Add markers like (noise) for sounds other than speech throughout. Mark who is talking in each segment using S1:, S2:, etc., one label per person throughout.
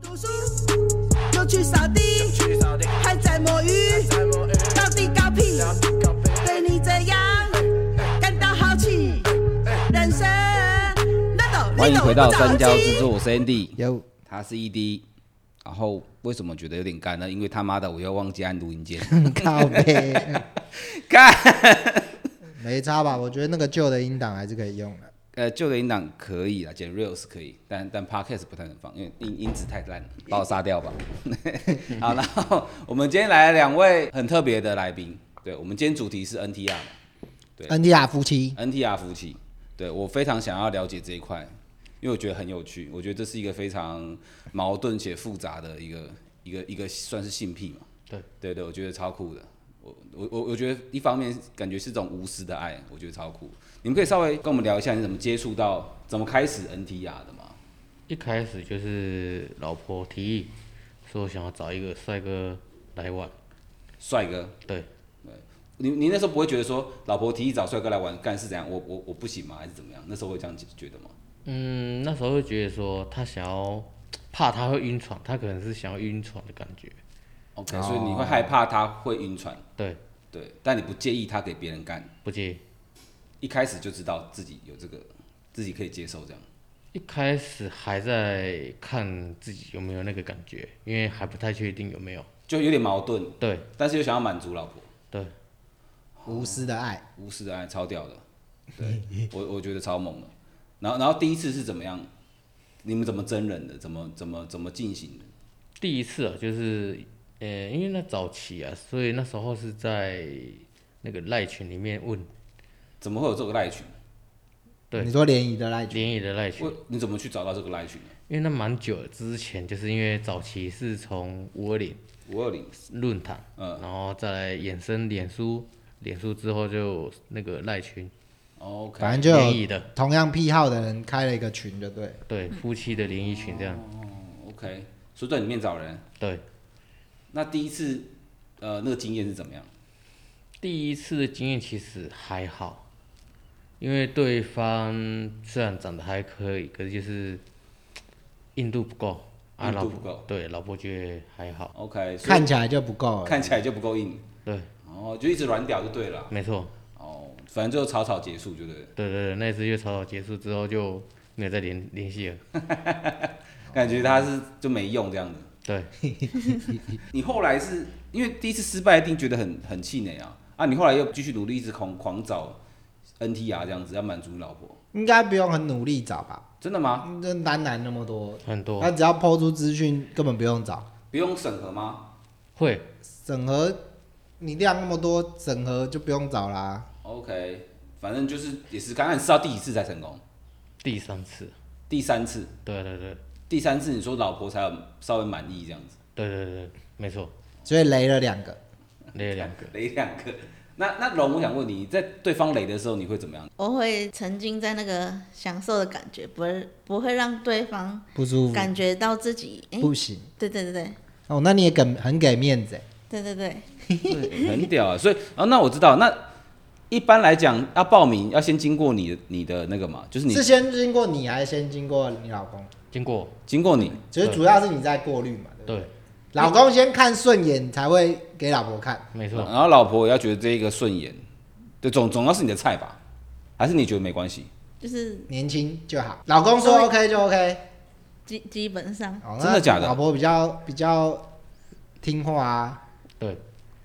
S1: 读书，又去扫地，还在摸鱼，到底搞屁？对你这样感到好奇，人生那都
S2: 欢迎回到三焦之
S1: 作。
S2: 作，我是 Andy，
S3: 有
S2: 他是 ED。然后为什么觉得有点干呢？因为他妈的我又忘记按录音键， (laughs)
S3: 靠背， (laughs)
S2: 干。
S3: 没差吧？我觉得那个旧的音档还是可以用的。
S2: 呃，旧的音档可以啦，剪 reels 可以，但但 podcast 不太能放，因为音音质太烂了，把我杀掉吧。 (laughs) 好，然后我们今天来了两位很特别的来宾，对我们今天主题是 NTR 嘛对
S3: NTR 夫妻，
S2: NTR 夫妻，对我非常想要了解这一块，因为我觉得很有趣，我觉得这是一个非常矛盾且复杂的一个一个一个算是性癖嘛。
S4: 对
S2: 对对，我觉得超酷的。我我我我觉得一方面感觉是种无私的爱，我觉得超酷。你们可以稍微跟我们聊一下你怎么接触到、怎么开始 NTR 的吗？
S4: 一开始就是老婆提议说想要找一个帅哥来玩，
S2: 帅哥，
S4: 对，
S2: 你你那时候不会觉得说老婆提议找帅哥来玩干是怎样？我我我不行吗？还是怎么样？那时候会这样觉得吗？
S4: 嗯，那时候会觉得说他想要，怕他会晕船，他可能是想要晕船的感觉，哦
S2: OK，、所以你会害怕他会晕船，
S4: 对，
S2: 对，但你不介意他给别人干，
S4: 不介意。
S2: 一开始就知道自己有这个，自己可以接受这样。
S4: 一开始还在看自己有没有那个感觉，因为还不太确定有没有。
S2: 就有点矛盾，
S4: 对
S2: 但是又想要满足老婆，
S4: 对，
S3: 无私的爱，
S2: 无私的爱哎超屌的，
S3: (laughs)
S2: 对我我觉得超猛的。然后然后第一次是怎么样？你们怎么真人的？怎么怎么怎么进行的？
S4: 第一次啊，就是呃，因为那早期啊，所以那时候是在那个赖群里面问
S2: 怎么会有这个赖群？
S4: 对
S3: 你说联谊的赖群，
S4: 联谊的赖群
S2: 我，你怎么去找到这个赖群的？
S4: 因为那蛮久了之前，就是因为早期是从五二零
S2: 五二零，
S4: 论坛，
S2: 嗯，
S4: 然后再来衍生脸书，脸书之后就那个赖群
S2: OK，
S3: 反正就
S4: 联
S3: 有
S4: 谊的，
S3: 同样癖好的人开了一个群，就对。
S4: 对夫妻的联谊群这样，
S2: OK，所以在里面找人。
S4: 对。
S2: 那第一次，呃，那个经验是怎么样？
S4: 第一次的经验其实还好，因为对方虽然长得还可以，可是就是硬度不够啊，
S2: 硬
S4: 老
S2: 度不
S4: 婆
S2: 够
S4: 对老婆觉得还好，
S2: OK，所以
S3: 看起来就不够了。
S2: 看起来就不够硬，
S4: 对，
S2: 哦，就一直软屌就对了。
S4: 没错，
S2: 哦，反正最后草草结束就对了。
S4: 对对对，那次就草草结束之后就没有再联联系了，
S2: 感觉他是就没用这样子。
S4: 对，
S2: 你后来是因为第一次失败，一定觉得很很气馁啊啊！你后来又继续努力，一直狂狂找 NTR 这样子，要满足你老婆，
S3: 应该不用很努力找吧？
S2: 真的吗？
S3: 这男男那么多，
S4: 很多
S3: 他只要抛出资讯，根本不用找
S2: 不用审核吗
S4: 会
S3: 整合。你量那么多，整合就不用找啦。
S2: ？OK，反正就是也是刚开始是到第几次才成功，
S4: 第三次，
S2: 第三次，
S4: 对对对
S2: 第三次你说老婆才有稍微满意这样子，
S4: 对对对，没错，
S3: 所以雷了两个，
S4: 那两个，
S2: 雷两个。那那龙，我想问你，你在对方雷的时候，你会怎么样？
S5: 我会沉浸在那个享受的感觉，不会不会让对方
S3: 不舒服，
S5: 感觉到自己。哎、
S3: 不行。
S5: 对对对对
S3: 哦，那你也给很给面子欸，
S5: 对对对，
S2: 很屌啊！所以啊，那我知道，那一般来讲要报名要先经过你的你的那个嘛，就是你
S3: 是先经过你，还是先经过你老公？
S4: 经过，
S2: 经过你，
S3: 其实主要是你在过滤嘛，对不对？
S4: 对，
S3: 老公先看顺眼才会给老婆看，
S4: 没错，
S2: 然后老婆也要觉得这一个顺眼，对，总总要是你的菜吧？还是你觉得没关系？
S5: 就是
S3: 年轻就好。老公说 OK 就 OK，
S5: 基基本上
S3: 哦
S2: 真的假的
S3: 那老婆比较比较听话啊，
S4: 对，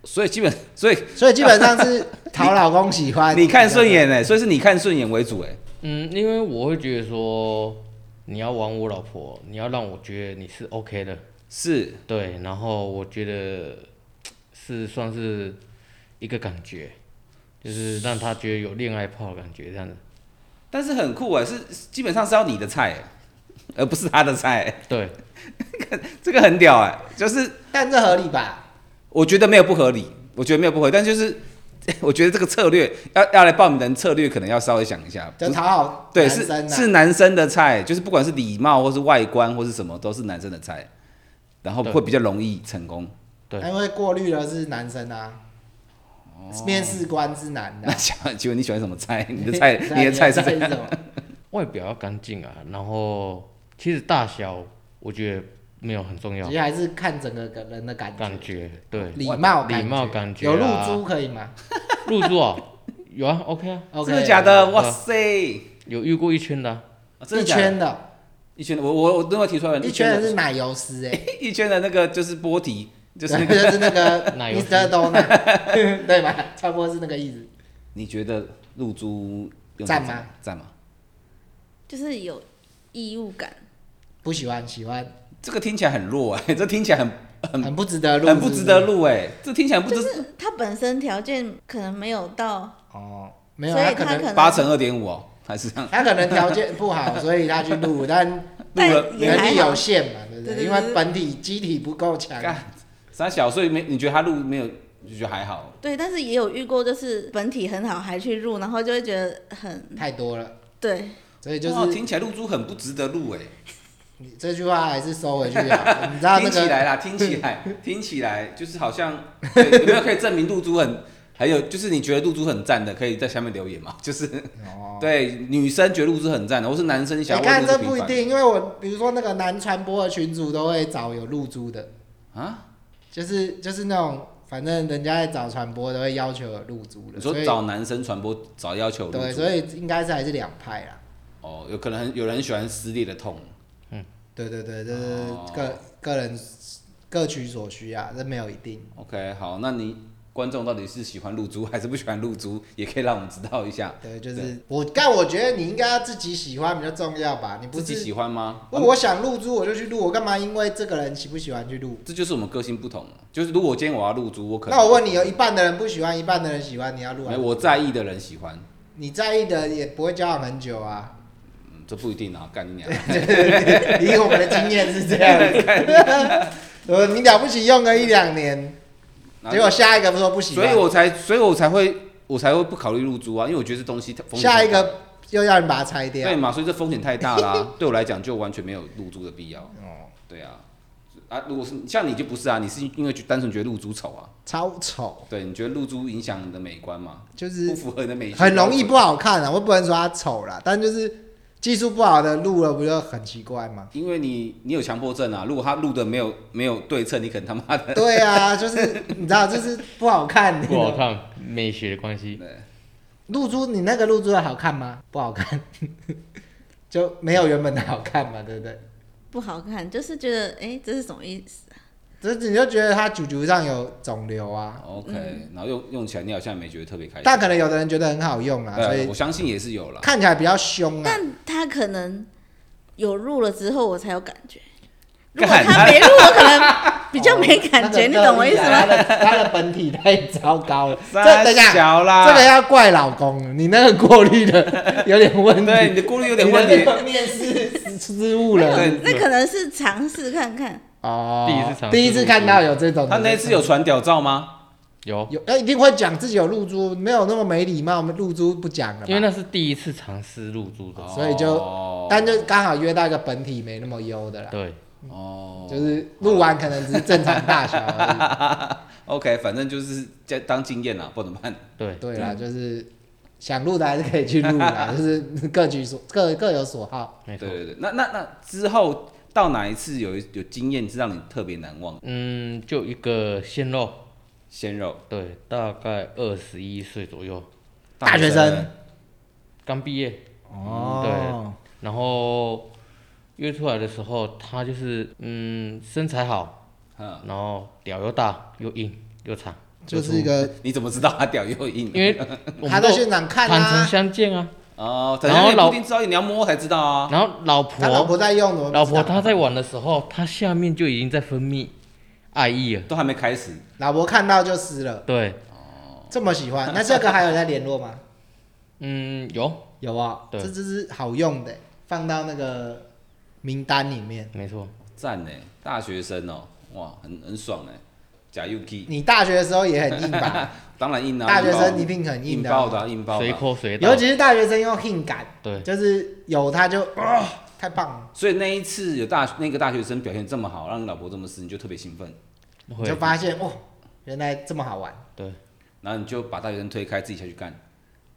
S2: 所以基本，所以
S3: 所以基本上
S2: (laughs)
S3: 是讨老公喜欢。
S2: 你看顺眼哎、所以是你看顺眼为主哎、
S4: 嗯，因为我会觉得说你要玩我老婆，你要让我觉得你是 OK 的。
S2: 是
S4: 对，然后我觉得是算是一个感觉，就是让他觉得有恋爱泡的感觉这样子。
S2: 但是很酷哎、是基本上是要你的菜、哎而不是他的菜、哎
S4: 对，
S2: 这个很屌哎、就是
S3: 但这合理吧？
S2: 我觉得没有不合理，我觉得没有不合理，但就是 (laughs) 我觉得这个策略要要来报名的人策略可能要稍微想一下，
S3: 就讨好
S2: 对，
S3: 男
S2: 是
S3: 生啊
S2: 是男生的菜，就是不管是礼貌或是外观或是什么，都是男生的菜，然后
S4: 对
S2: 会比较容易成功。
S4: 对
S3: 因为过滤的是男生啊，面试官是男的
S2: 那
S3: 啊。
S2: 想问，请问你喜欢什么菜？哦 (laughs) 你的
S3: (laughs)
S2: 菜，你的菜是怎
S3: 什
S2: 样？
S3: 么？
S4: 外表要干净啊，然后其实大小我觉得没有很重要
S3: 其，实还是看整个人的感
S4: 感
S3: 觉，
S4: 觉对。
S3: 礼貌
S4: 礼貌感觉
S3: 有露
S4: 啊
S3: 珠可以吗
S4: 入住哦，有啊，OK 啊，
S3: ？OK，
S2: 真的假的？
S4: 嗯
S2: 哇塞！
S4: 有遇过一圈的啊、
S2: (laughs) 啊真
S3: 一
S2: 的假的？
S3: 圈的，
S2: 一圈的，我我我另外提出来了，
S3: 一
S2: 一
S3: 圈
S2: 圈
S3: 的
S2: 的
S3: 是奶油丝哎，
S2: (laughs) 一圈的那个就是波提，就
S3: (laughs) 就是
S2: 那个。
S3: 是
S2: (laughs)
S3: 那个
S4: 奶油丝
S3: Mr. Donut，对 (laughs) 吧？差不多是那个意思。
S2: 你觉得露珠用
S3: 赞
S2: 在
S3: 吗？
S2: 赞吗？
S5: 就是有义务感。
S3: 不喜欢，喜欢，
S2: 这个听起来很弱哎、 (laughs) 这听起来很
S3: 很不值得录，
S2: 很不值得
S3: 是
S2: 录哎、这听起来不值
S5: 就是他本身条件可能没有到，
S3: 不是。哦，没有，
S5: 所以
S3: 他
S5: 他
S3: 可
S5: 可
S3: 能
S5: 能
S2: 八乘二点五哦，还是这样
S3: 他可能条件不好，所以他去录，但
S5: 但
S2: 了
S5: (laughs) 也
S3: 能
S5: 还
S3: 力
S5: 好
S3: 有。限嘛，对不
S5: 对
S3: 对？
S5: 对
S3: 因
S5: 对
S3: 为本体机体不够强，
S2: 干三小，所以没你觉得他录没有就觉得还好，
S5: 对，但是也有遇过，就是本体很好还去入，然后就会觉得很
S3: 太多了，
S5: 对，
S3: 所以就
S2: 哇
S3: 是
S2: 听起来露珠很不值得录哎、
S3: 你这句话还是收回去啊。你知道那
S2: 听起
S3: 个
S2: 来
S3: (laughs)
S2: 啦，听起来听起来就是好像对有没有可以证明露珠很。还有就是，你觉得露珠很赞的，可以在下面留言嘛？ (laughs) 就是
S3: 哦，
S2: 对女生觉得露珠很赞的，或是男生想
S3: 你
S2: 要为
S3: 哎看
S2: 露珠
S3: 这
S2: 平
S3: 不一
S2: 反
S3: 定，因为我比如说那个男传播的群主都会找有露珠的，
S2: 啊？
S3: 就是就是那种反正人家在找传播都会要求有露珠的，
S2: 你
S3: 所
S2: 说
S3: 以
S2: 找男生传播，找要求有露
S3: 对，
S2: 珠，
S3: 所以应该是还是两派啦。
S2: 哦，有可能很有人很喜欢撕裂的痛，
S3: 对对对，这是
S2: 哦
S3: 个、个人各取所需啊，这没有一定。
S2: OK，好，那你观众到底是喜欢露珠还是不喜欢露珠，也可以让我们知道一下。
S3: 对，就
S2: 对
S3: 是我，但我觉得你应该要自己喜欢比较重要吧。你不
S2: 自己
S3: 是，
S2: 喜欢吗？啊
S3: 我我想露珠我就去露，我干嘛因为这个人喜不喜欢去露？
S2: 这就是我们个性不同。就是如果今天我要露珠，我可能
S3: 那我问你，哦有一半的人不喜欢，一半的人喜欢，你要露
S2: 没
S3: 啊
S2: 有？我在意的人喜欢，
S3: 你在意的也不会交往很久啊。 (laughs)
S2: 嗯，这不一定啊，干你娘！
S3: 以我们的经验是
S2: (laughs)
S3: 这样，呃，你了不起用个一两年，
S2: 然后
S3: 结果下一个说不喜啊
S2: 所
S3: 欢，
S2: 以我才，所以我才会，我才会不考虑露珠啊，因为我觉得这东西它风险
S3: 下
S2: 太
S3: 一
S2: 大
S3: 个又要你把它拆掉
S2: 对。嘛，所以这风险太大啦、 (laughs) 对我来讲就完全没有露珠的必要。
S3: 哦，
S2: 对啊，啊，如果是像你就不是啊，你是因为单纯觉得露珠丑啊，
S3: 超丑，
S2: 对，你觉得露珠影响你的美观嘛，
S3: 就
S2: 不
S3: 是
S2: 符合你的美学
S3: 很容
S2: 标
S3: 易
S2: 准
S3: 不好看啊。我不能说它丑啦，但就是技术不好的录了，不就很奇怪吗？
S2: 因为你你有强迫症啊，如果他录的没有没有对称，你可能他妈的
S3: 对啊，就是你知道，就是不好看。
S4: 不好看，美学的
S2: (laughs)
S4: 关系，
S3: 嗯露珠，你那个露珠的好看吗？不好看， (laughs) 就没有原本的好看嘛，对不对？
S5: 不好看，就是觉得哎、诶这是什么意思？
S3: 只是你就觉得它主角上有肿瘤啊，
S2: OK，、然后用用起来你好像也没觉得特别开心，
S3: 但可能有的人觉得很好用啊，所
S2: 哎对，
S3: 以
S2: 我相信也是有啦。
S3: 看起来比较凶啊。
S5: 但他可能有入了之后，我才有感觉。如果
S2: 干
S5: 他没入，我可能比较没感觉，
S3: 哦
S5: 你懂我意思？
S3: 那个
S5: 吗？
S3: 对啊他的他的本体太糟糕了，这
S2: 三
S3: 等一下，
S2: 小啦，
S3: 这个要怪老公，你那个过滤的有点问题，
S2: 对你的顾虑有点问
S3: 你
S2: 题
S3: 的，那个面试失误了。
S2: 对，
S5: 那可能是尝试看看，
S3: 哦，
S4: 第一次尝试
S3: 第一次看到有这种的，
S2: 他那次有传屌照吗？
S4: 有，
S3: 有，他一定会讲自己有露珠，没有那么没礼貌，我们露珠不讲了嘛。
S4: 因为那是第一次尝试入住的，
S3: 所以就
S2: 哦
S3: 但就刚好约到一个本体没那么优
S2: 啊
S3: 的啦，
S4: 对，
S2: 哦，
S3: 就是录完可能只是正常大小而
S2: OK，反正就是在当经验啦，不能办。
S4: 对
S3: 已。，对啦，就是想录的还是可以去录
S4: (laughs)
S3: 啦，就是各取所各各有所好。
S4: 没
S2: 对
S4: 错。
S2: 对对，那那那之后到哪一次有有经验是让你特别难忘？
S4: 嗯，就一个鲜肉，
S2: 鲜肉，
S4: 对，大概二十一岁左右，
S3: 大学生
S4: 刚毕业，哦，然后约出来的时候，他就是嗯身材好，
S2: 嗯，
S4: 然后屌又大又硬
S2: (laughs)
S4: 又长，
S3: 就是一个
S2: 你怎么知道他屌又硬？
S4: 因为我
S3: 他
S4: 们
S3: 在
S4: 都
S3: 现场看
S4: 坦诚
S3: 啊，
S4: 相见啊。
S2: 哦，
S4: 然
S2: 然
S4: 后
S2: 后老
S4: 老
S2: 不一定知道，你要摸才知道啊。
S4: 然后老
S3: 他老
S4: 婆
S3: 婆在用怎么不知道？
S4: 老婆她在玩的时候，她下面就已经在分泌爱意了，
S2: 都还没开始，
S3: 老婆看到就撕了，
S4: 对，哦
S3: 这么喜欢，那这个还有在联络吗？
S4: 嗯， (laughs) 有，
S3: 有啊，
S4: 对
S3: 这这是好用的，放到那个名单里面。
S4: 没错，
S2: 赞呢，大学生哦，哇，很很爽呢。假 UK，
S3: 你大学的时候也很硬
S4: (laughs)
S3: 吧？
S2: 当然硬啊，
S3: 大学生
S2: 硬
S3: 一定很
S2: 爆
S3: 硬
S2: 硬
S3: 的
S2: 爆
S3: 啊，
S2: 的啊，硬爆的
S4: 随
S2: 啊。
S4: 抠随到
S3: 尤，其是大学生用硬感，
S4: 对，
S3: 就是有他就啊、太棒了，
S2: 所以那一次有大那个大学生表现这么好，让你老婆这么撕，你就特别兴奋，
S3: 你
S4: 会
S3: 就发现哦，原来这么好玩。
S4: 对
S2: 然后你就把大学生推开，自己下去干。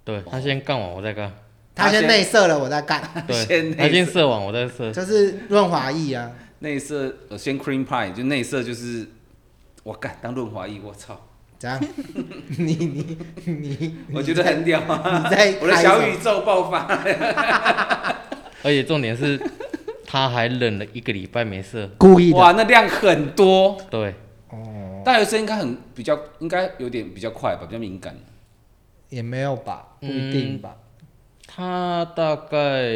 S4: 对，他先干完我再干，
S3: 他
S2: 他
S3: 先
S2: 先 (laughs)
S3: 内射了，我再干，
S4: 对
S2: 先，
S4: 他
S2: 内
S4: 先
S2: 射
S4: 射完我再射，
S3: 就是润滑液啊。
S2: 内射呃先 cream pie 就内射就是我干当润滑液，我 (laughs) 操，
S3: 怎样？你你你，
S2: 我觉得很屌啊！ (laughs)
S3: 你在
S2: 我的小
S3: 拍
S2: 宇
S3: 什么
S2: 宙爆发，
S4: 而且重点是， (laughs) 他还忍了一个礼拜没射。
S3: 故意的
S2: 哇，那量很多。
S4: 对，
S3: 哦，
S2: 大学生应该很比较，应该有点比较快吧，比较敏感。
S3: 也没有吧，不一定
S2: (laughs)
S3: 吧。
S4: 他大概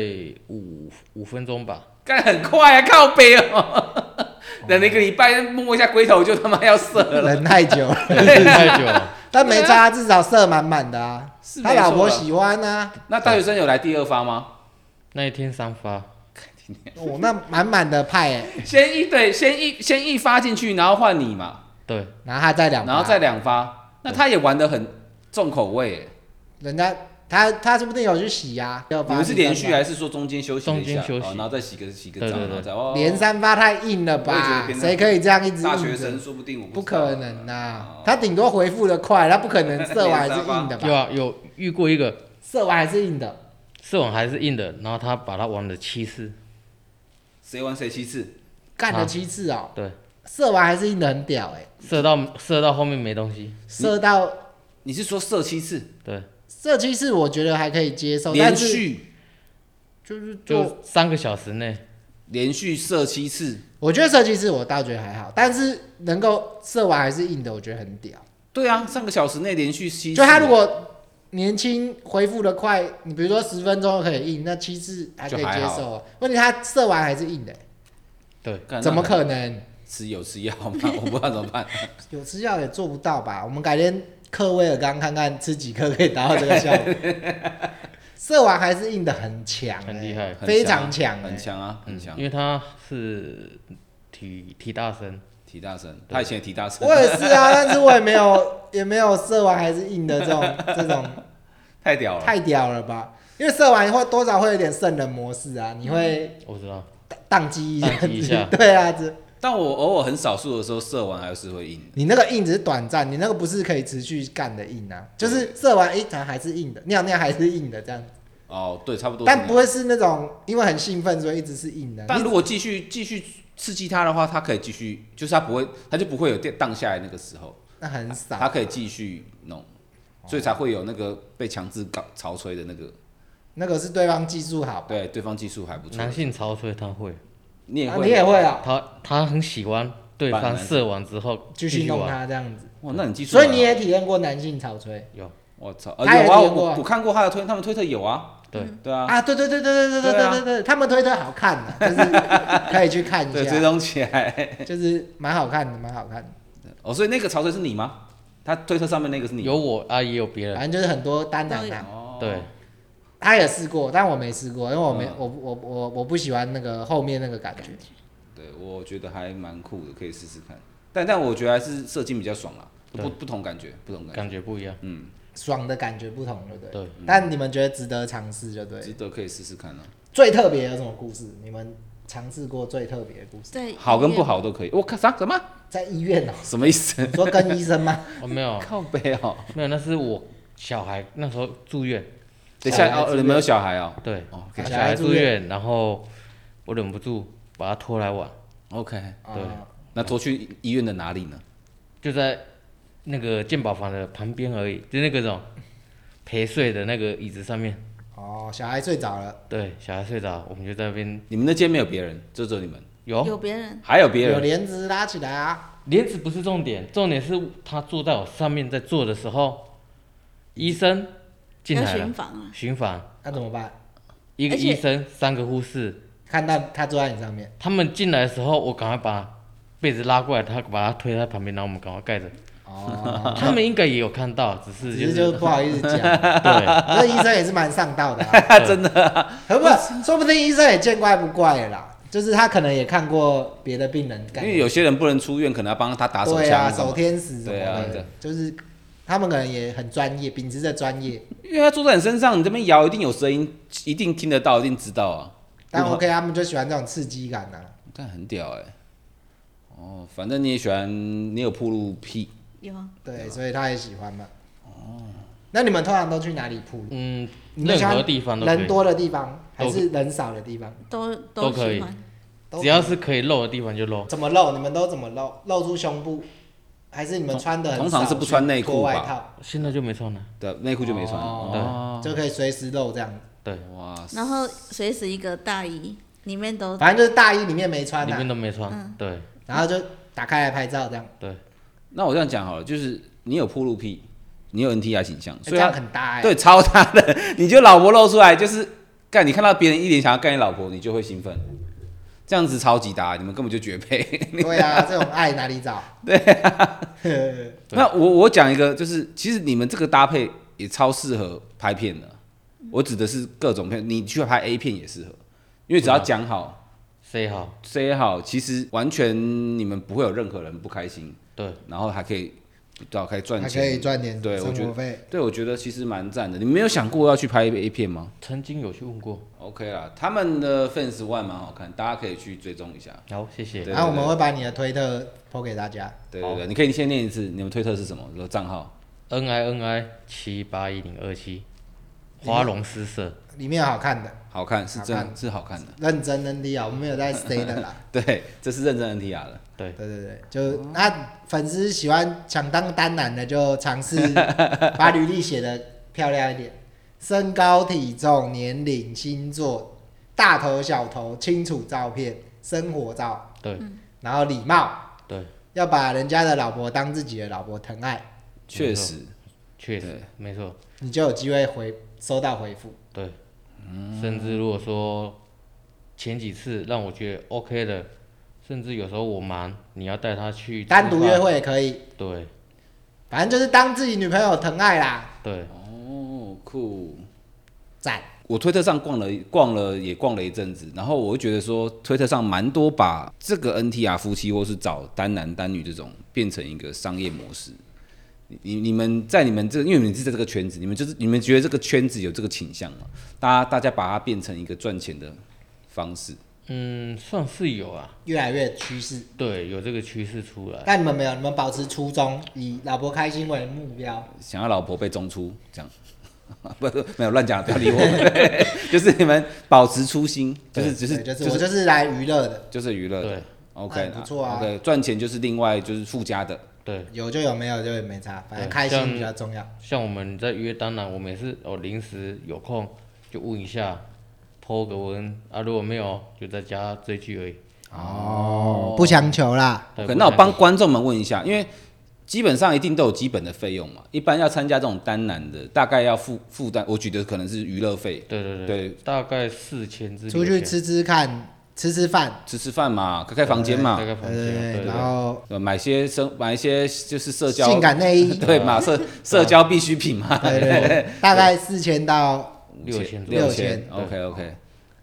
S4: 五五分钟吧。
S3: (laughs)
S2: 干很快啊，靠背哦， (laughs) 等了一个礼拜摸一下龟头就他妈要射了。 (laughs)
S3: 忍太久了，
S4: 太久了，
S3: 但没差，至少射满满的啊
S2: 是。
S3: 他
S2: 没
S3: 老
S2: 错
S3: 婆
S2: 啦
S3: 喜欢啊，
S2: 那大学生有来第二发吗？
S4: 那一天三发，
S3: 我哦那满满的派哎，
S2: (laughs) 先一对，先一先一发进去，然后换你嘛，
S4: 对，
S3: 然后他再两，
S2: 然后再，两发，那他也玩的很重口味耶。
S3: 人家他他说不定有去洗啊呀。要
S2: 你
S3: 把
S2: 们是连续还
S3: 是
S2: 是说中间休息了一下
S4: 中间休息
S2: 哦然后再洗个洗个
S4: 对
S2: 澡，
S4: 对对
S2: 然后再哦。
S3: 连三发太硬了
S2: 我也觉
S3: 吧
S2: 得？偏
S3: 谁可以这样一直硬着
S2: 大学生？说不定我
S3: 不
S2: 知道
S3: 可能呐
S2: 哦，
S3: 他顶多回复的快，他不可
S2: (laughs)
S3: 能射完还是
S2: 连三发
S3: 硬的吧
S4: 有？啊，有遇过一个
S3: 射完还是硬的，
S4: 射网还是硬的，然后他把它玩了七次，
S2: 谁玩谁其次，
S3: 干了
S4: 啊
S3: 七次哦，
S4: 对，
S3: 射完还是硬的，很屌哎，
S4: 射到射到后面没东西，
S3: 射到
S2: 你是说射七次，
S4: 对，
S3: 射七次我觉得还可以接受，
S2: 连
S3: 但是
S2: 续
S3: 就是做，
S4: 就三个小时内，
S2: 连续射七次，
S3: 我觉得射七次我倒觉得还好，但是能够射完还是硬的，我觉得很屌。
S2: 对啊，上个小时内连续七次，啊
S3: 就他如果年轻恢复的快，你比如说十分钟可以硬，那七次还可以
S2: 就还
S3: 接
S2: 好
S3: 受啊。问题他射完还是硬的、欸
S4: 对，
S2: 干
S3: 怎么
S2: 那
S3: 可能？
S2: 吃有吃药吗？ (laughs) 我不知道怎么办。
S3: 有吃药也做不到吧？我们改天克威尔刚看看吃几颗可以达到这个效
S4: (laughs)
S3: 果。射完还是硬的很强、欸，
S4: 很厉害
S3: 非常
S2: 很
S3: 强、
S2: 很
S3: 欸。
S2: 强啊，很
S4: 嗯
S2: 强
S4: 因。为他是体体大生，
S2: 提大神，他以前也提大神
S3: 我，也是啊，但是我也没有也没有射完还是硬的这种 (laughs) 这种
S2: (laughs) 太屌了。
S3: 太屌了吧？因为射完以后多少会有点圣人模式啊，你会
S4: 我知道，
S3: 宕机一下，
S4: 宕机一
S3: (laughs)
S4: 下
S3: 对啊，这
S2: 但我偶尔很少数的时候射完还是会硬，
S3: 你那个硬只是短暂，你那个不是可以持续干的硬啊，就是射完一场还是硬的，尿尿还是硬的这样，
S2: 哦，对，差不多是那样。
S3: 但不会是那种因为很兴奋所以一直是硬的。
S2: 但
S3: 你
S2: 如果继续继续刺激他的话，他可以继续，就是他不会，他就不会有跌荡下来那个时候，
S3: 那很
S2: 他
S3: 少，
S2: 可以继续弄，所以才会有那个被强制搞潮吹的那个。
S3: 那个是对方技术好吧？
S2: 对，对方技术还不错
S4: 男，性潮吹他会，
S2: 你也
S3: 啊
S2: 会，
S3: 你也会啊，
S4: 他他很喜欢对
S2: 把
S4: 方
S2: 男生
S4: 射完之后
S3: 继续弄
S4: 玩，
S3: 他这样子，
S2: 哇，那你技啊术好，
S3: 所以你也体验过男性草吹
S4: 有
S2: 我操，啊
S3: 他也
S2: 有啊，
S3: 练过啊
S2: 我我看过他的推，他们推特有啊，
S4: 对，
S2: 对啊，
S3: 啊？对对对对对对
S2: 对
S3: 对
S2: 啊
S3: 对对，他们推特好看啊，就
S2: (laughs)
S3: 是可以去看一
S2: 对，追
S3: 下，
S2: 踪起来。 (laughs)
S3: 就是蛮好看的，蛮好看的。
S2: 哦，所以那个潮吹是你吗？他推特上面那个是你吗
S4: 有我啊，也有别人，
S3: 反正就是很多单男啊，
S2: 嗯哦，
S4: 对，
S3: 他也试过，但我没试过，因为我没、
S2: 嗯
S3: 我我我我不喜欢那个后面那个感觉。
S2: 对，我觉得还蛮酷的，可以试试看。但但我觉得还是射精比较爽啦，不
S4: 对
S2: 不同感觉，不同感觉，
S4: 感觉不一样，
S2: 嗯，
S3: 爽的感觉不同，对不对？
S4: 对，
S3: 但你们觉得值得尝试，就对
S2: 值
S3: 了。
S2: 得可以试试看啊。
S3: 最特别有什么故事？你们尝试过最特别的故事？
S5: 在
S2: 好跟不
S5: 医
S2: 好都可以。我靠，啥什么
S3: 在医院哦、 (laughs)
S2: 什么意思？
S3: 你说跟医生吗？
S4: 哦，没有 (laughs)
S2: 靠背哦。
S4: 没有，那是我小孩那时候住院，
S2: 等一下
S3: 小孩
S2: 哦，
S3: 子
S2: 你们有小孩哦。
S4: 对，
S2: 哦
S4: 小
S3: 啊小
S4: 孩
S3: 孩
S4: 住
S3: 住
S4: 院，然后我忍不住把他拖来玩，
S2: ，OK。
S4: 对
S3: 啊
S2: 那拖去医院的哪里呢？
S4: 就在那个健保房的旁边而已，就那个种陪睡的那个椅子上面。
S3: 哦，小孩睡着了，
S4: 对，小孩睡着，我们就在那边
S2: 你们那间没有别人，就只有你们，
S5: 院
S4: 有
S5: 有别人
S2: 还有别
S3: 有
S2: 人。
S3: 帘子拉起来啊。
S4: 帘子不是重点，重点是他坐在我上面在坐的时候，医生进
S5: 要
S4: 来
S5: 巡
S4: 了，
S5: 房啊，
S4: 巡房，
S3: 那怎么办？
S4: 一个
S5: 而且
S4: 医生，三个护士，
S3: 看到他坐在你上面，
S4: 他们进来的时候，我赶快把被子拉过来，他把他推在旁边，然后我们赶快盖着。
S2: (laughs)
S3: 哦，
S4: 他们应该也有看到，只是
S3: 只
S4: 就是
S3: 就是不好意思讲，
S2: (laughs)
S3: (laughs)
S4: 对，
S3: 那医生也是蛮上道的、啊，
S2: 真
S3: 的、可不可？说不定医生也见怪不怪了啦，就是他可能也看过别的病人
S2: 因
S3: 干嘛，
S2: 为有些人不能出院，可能要帮他打手
S3: 对啊，
S2: 枪，
S3: 守天使什么
S2: 对啊
S3: 的，
S2: 对
S3: 就是他们可能也很专业，秉持着专业。
S2: 因为他坐在你身上，你这边摇一定有声音，一定听得到，一定知道啊。
S3: 但
S2: 不好
S3: OK，他们就喜欢这种刺激感呐、啊。
S2: 但很屌哎、哦，反正你也喜欢，你有铺路屁，
S5: 有啊，
S3: 对，所以他也喜欢嘛。哦，那你们通常都去哪里铺？
S4: 嗯，
S3: 你们喜
S4: 任
S3: 欢
S4: 何地方都可
S3: 人
S4: 以。
S3: 多的地方还
S4: 都
S3: 是人少的地方？
S5: 都
S4: 都可以
S5: 喜欢，
S3: 都
S4: 只要是可以露的地方就露。
S3: 怎么露，你们都怎么露？露出胸部，还是你们穿的
S2: 通常是不穿内裤吧
S3: 外套
S4: 现在就没穿了，
S2: 对，内裤就没穿。
S4: 哦
S3: 就可以随时露这样子。
S4: 对，
S2: 哇塞，
S5: 然后随时一个大衣，里面都
S3: 反正就是大衣里面没穿
S5: 啊
S4: 里
S3: 啦、
S4: 面都没
S5: 嗯
S4: 穿，对
S3: 然后就打开来拍照这样，
S4: 对，
S2: 那我这样讲好了，就是你有铺路癖，你有 NTI 倾向，
S3: 欸这
S2: 所以
S3: 样
S2: 他
S3: 很搭哎、
S2: 对超他的，你就老婆露出来，就是干你看到别人一脸想要干你老婆，你就会兴奋，这样子超级搭，你们根本就绝配。
S3: 对啊，这种爱哪里找？对啊，
S4: 对
S2: (laughs) 那我我讲一个，就是其实你们这个搭配也超适合拍片的。我指的是各种片，你去拍 A 片也适合，因为只要讲好、
S4: 塞好，
S2: say 好，其实完全你们不会有任何人不开心，
S4: 对，
S2: 然后还可以比较可以 (laughs) 赚
S3: 还
S2: 钱，
S3: 可以赚点
S2: 对我
S3: 生
S2: 觉
S3: 活
S2: 得
S3: 费。
S2: 对，我觉得其实蛮赞的。你没有想过要去拍 A 片吗
S4: 曾经有去问过，
S2: ？OK 啦，他们的 fans one 蛮好看，大家可以去追踪一下。
S4: 好，谢谢
S2: 对。
S3: 然后我们会把你的推特抛给大家。
S2: 对对对，你可以先念一次，你们推特是什么？说账号
S4: N I N I 七八一零二七，花容失色，
S3: 里面有好看的，
S2: 好看是
S3: 好
S2: 真
S3: 看
S2: 是好看的，
S3: 认真认力啊，我们没有在 stay 的啦。
S2: 对，这是认真 NTR 的。
S4: 对，
S3: 对对对，就那粉丝喜欢想当单男的，就尝试把履历写的漂亮一点，身高、体重、年龄、星座、大头、小头、清楚照片、生活照，
S4: 对，
S3: 然后礼貌，
S4: 对，
S3: 要把人家的老婆当自己的老婆疼爱，
S2: 确实，对
S4: 确实，没错，
S3: 你就有机会回收到回
S4: (laughs)
S3: 复。
S4: 对。
S2: 嗯
S4: 甚至如果说前几次让我觉得 OK 的，甚至有时候我忙，你要带他去吃
S3: 单独约
S4: 饭，
S3: 会也可以，
S4: 对
S3: 反正就是当自己女朋友疼爱啦，
S4: 对，
S2: 哦，酷。
S3: 赞。
S2: 我推特上逛了逛了也逛了一阵子，然后我就觉得说，推特上蛮多把这个 NTR 夫妻或是找单男单女这种变成一个商业模式。你你你们在你们这，因为你们是在这个圈子，你们就是你们觉得这个圈子有这个倾向嘛？大家大家把它变成一个赚钱的方式，
S4: 嗯，算是有啊，
S3: 越来越趋势，
S4: 对，有这个趋势出来，
S3: 但你们没有，你们保持初衷，以老婆开心为目标。
S2: 想要老婆被中出这样。 (laughs) 不是没有乱讲，不要理我。 (laughs) 对就是你们保持初心，就是只是
S3: 对就是
S2: 就
S3: 我
S2: 是
S3: 就是来娱乐的，
S2: 就是娱乐的
S4: 对。
S3: 那
S2: OK，
S3: 也不错啊
S2: OK，赚钱就是另外就是附加的。
S4: 对。
S3: 有就有，没有就也没差，反正
S4: 对
S3: 开心
S4: 像
S3: 比较重要。
S4: 像我们在约单呢，我每次哦临时有空就问一下，po 个文啊，如果没有就在家追剧而已。
S3: 哦，不强求啦，
S4: 对
S2: OK，
S4: 不
S2: 那我
S4: 太
S2: 帮观众们问一下，因为基本上一定都有基本的费用嘛，一般要参加这种单男的，大概要负负担，我觉得可能是娱乐费，
S4: 对对
S2: 对
S4: 大概四千至
S3: 出
S4: 六
S3: 去
S4: 千，
S3: 吃吃看，吃吃饭，
S2: 吃吃饭嘛，开开房间嘛
S4: 大，概房
S3: 啊对
S4: 间
S3: 对
S4: 对
S3: 对，
S4: 对
S3: 然后
S2: 呃买些生买一些就是社交
S3: 性感内
S2: (laughs)
S3: 衣，
S2: 对嘛社社交必需品嘛，
S3: (laughs) 对对，对，大概四千到
S4: 六千左右
S2: 六
S3: 千
S2: ，OK OK，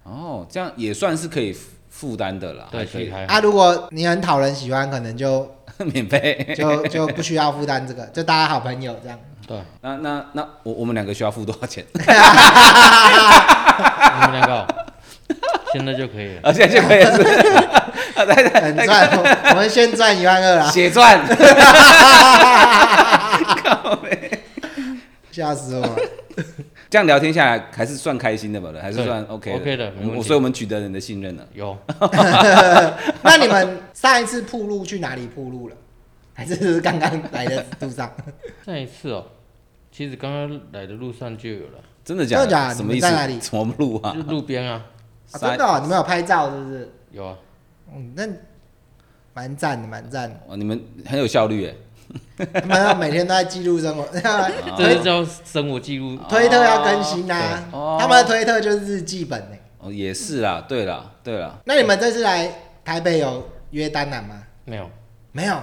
S2: 哦，这样也算是可以负负担的啦，还
S4: 对
S2: 可
S4: 其
S2: 以
S4: 实还好
S3: 啊，如果你很讨人喜欢，可能就
S2: (laughs) 免费。
S3: 就就不需要负担这个，就大家好朋友这样。
S4: 对，
S2: 那那那我我们两个需要付多少钱？ (laughs)
S4: 你们两个哦现在就可以了。
S2: 啊，现在就可以了是不 (laughs) 是啊，来来
S3: 很赚，我我们先赚一万二啦， (laughs)
S2: 血 (laughs) 赚。
S3: 吓死我了。
S2: 这样聊天下来还是算开心的吧？还是
S4: 对
S2: 算 OK 的
S4: OK 的没问题
S2: 我所以我们取得人的信任了。
S4: 有，
S3: (laughs) 那你们上一次铺路去哪里铺路了？还是刚刚来的路上？
S4: 那一次哦，其实刚刚来的路上就有了，
S2: 真的假的？
S3: 真的假的
S2: 什么意思？
S3: 你们在哪里
S2: (laughs) 什么路啊
S4: 就？路边啊，
S3: 啊、真的、哦，你们有拍照是不是？
S4: 有啊，
S3: 嗯，那蛮赞的，蛮赞
S2: 哇，哦你们很有效率哎。
S3: 的。他们要每天都在记录生活， (laughs)
S4: 这
S2: 啊
S3: 推
S4: 是叫生活记录。
S3: 推特要更新啊。
S2: 哦
S3: 他们的推特就是日记本呢、
S2: 哦，也是啦，对啦，对啦。 (laughs)
S3: 那你们这次来台北有约单男吗？
S4: 没有，
S3: 没有。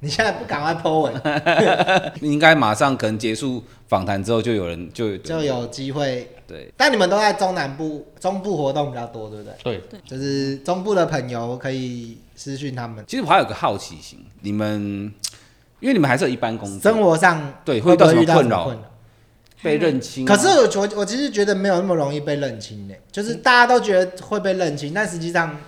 S3: 你现在不赶快 po 文，
S2: 应该马上可能结束访谈之后，就有人就
S3: 就有机会。
S2: 对
S3: 但你们都在中南部，中部活动比较多，对不对？
S4: 对，
S3: 就是中部的朋友可以私讯他们。
S2: 其实我还有个好奇心，你们因为你们还是有一般工作，
S3: 生活上
S2: 对
S3: 会不
S2: 会
S3: 会
S2: 遇
S3: 遇
S2: 到
S3: 到
S2: 什么
S3: 什么
S2: 困
S3: 困扰？
S2: 被认清啊、
S3: 可是我觉我其实觉得没有那么容易被认清呢、欸就是大家都觉得会被认清，但实际上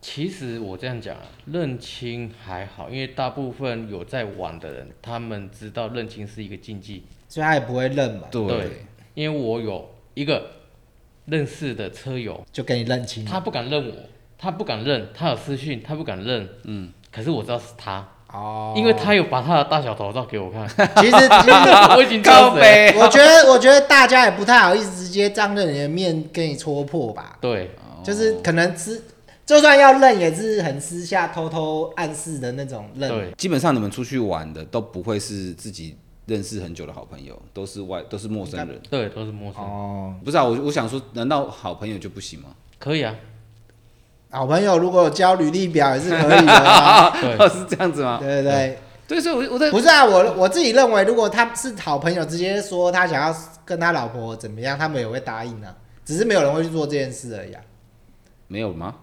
S4: 其实我这样讲啊，认清还好，因为大部分有在玩的人，他们知道认清是一个禁忌。
S3: 所以他也不会认嘛，
S2: 对
S4: 对因为我有一个认识的车友，
S3: 就给你认清。
S4: 他不敢认我，他不敢认，他有私讯，他不敢认，嗯，可是我知道是他，
S3: 哦
S4: 因为他有把他的大小头照给
S2: (laughs)
S4: 我看，
S3: (laughs) 其实
S4: (laughs)
S3: 其实
S4: 我已经知道
S2: 靠
S4: 谁了。
S2: 北
S3: 我觉得我觉得大家也不太好意思直接当着你的面跟你戳破吧，
S4: 对，
S2: 哦
S3: 就是可能私就算要认也是很私下偷偷暗示的那种认。
S4: 对
S2: 基本上你们出去玩的都不会是自己认识很久的好朋友，都是外都是陌生人。
S4: 对，都是陌生人，
S3: 哦，
S2: 不是啊，我我想说，难道好朋友就不行吗？
S4: 可以啊，
S3: 好朋友如果有交履历表也是可以
S2: (laughs)
S3: 的、啊，
S4: 对
S2: 哦，是这样子吗？
S3: 对不对？
S2: (laughs) 对，所以我我在
S3: (laughs) 不是啊，我我自己认为，如果他是好朋友，直接说他想要跟他老婆怎么样，他们也会答应啊，只是没有人会去做这件事而已啊。
S2: 没有吗？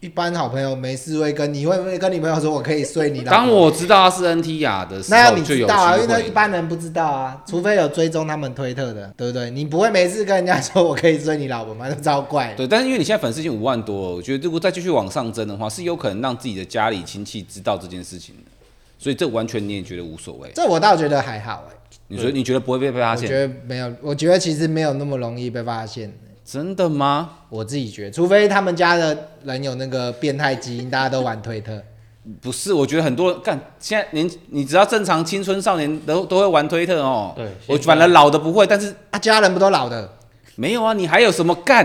S3: 一般好朋友没事会跟你会不会跟你朋友说我可以睡你老婆？
S2: 当我知道他是 NT 雅的时
S3: 那要
S2: 候，
S3: 你
S2: 就
S3: 知
S2: 有
S3: 道啊，因
S2: 机
S3: 为那一
S2: 会。
S3: 般人不知道啊，除非有追踪他们推特的，对不对？你不会没事跟人家说我可以追你老婆吗？那超怪的。
S2: 对，但是因为你现在粉丝已经五万多了，我觉得如果再继续往上增的话，是有可能让自己的家里亲戚知道这件事情的，所以这完全你也觉得无所谓。
S3: 这我倒觉得还好哎、
S2: 你说你觉得不会被发
S3: 我
S2: 现？
S3: 觉得没有，我觉得其实没有那么容易被发现。
S2: 真的吗？
S3: 我自己觉得，除非他们家的人有那个变态基因，大家都玩推特。
S2: 不是，我觉得很多人干，现在年你只要正常青春少年都都会玩推特哦。
S4: 对
S2: 我
S4: 现在
S2: 反而老的不会，但是
S3: 啊，家人不都老的？
S2: 没有啊，你还有什么干？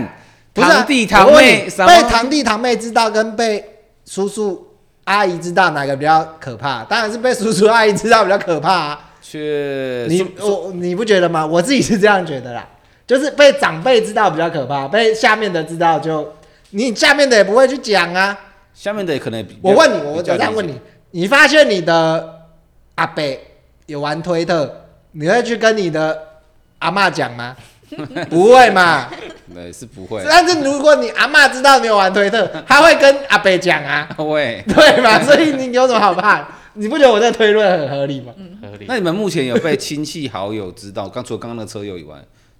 S3: 不是啊、
S2: 堂弟堂
S3: 我问
S2: 妹
S3: 你
S2: 什
S3: 被
S2: 么？
S3: 堂弟堂妹知道跟被叔叔阿姨知道哪个比较可怕？当然是被叔叔阿姨知道比较可怕啊。
S2: 却
S3: 你
S2: 说
S3: 我你不觉得吗？我自己是这样觉得啦，就是被长辈知道比较可怕，被下面的知道就你下面的也不会去讲啊。
S2: 下面的可能也比
S3: 我问你，我我
S2: 比较
S3: 这样问
S2: 理解
S3: 你，你发现你的阿伯有玩推特，你会去跟你的阿嬷讲
S2: (laughs)
S3: 吗？不会嘛。
S2: 对，是不会。
S3: 但是如果你阿嬷知道你有玩推
S4: (laughs)
S3: 特，她会跟阿伯讲啊，
S2: (laughs) 喂，
S3: 对吧？所以你有什么好怕的？你不觉得我这个推论很合理吗？
S4: 合理
S2: 那。你们目前有被亲戚好友知道？刚除了刚刚的车友以外，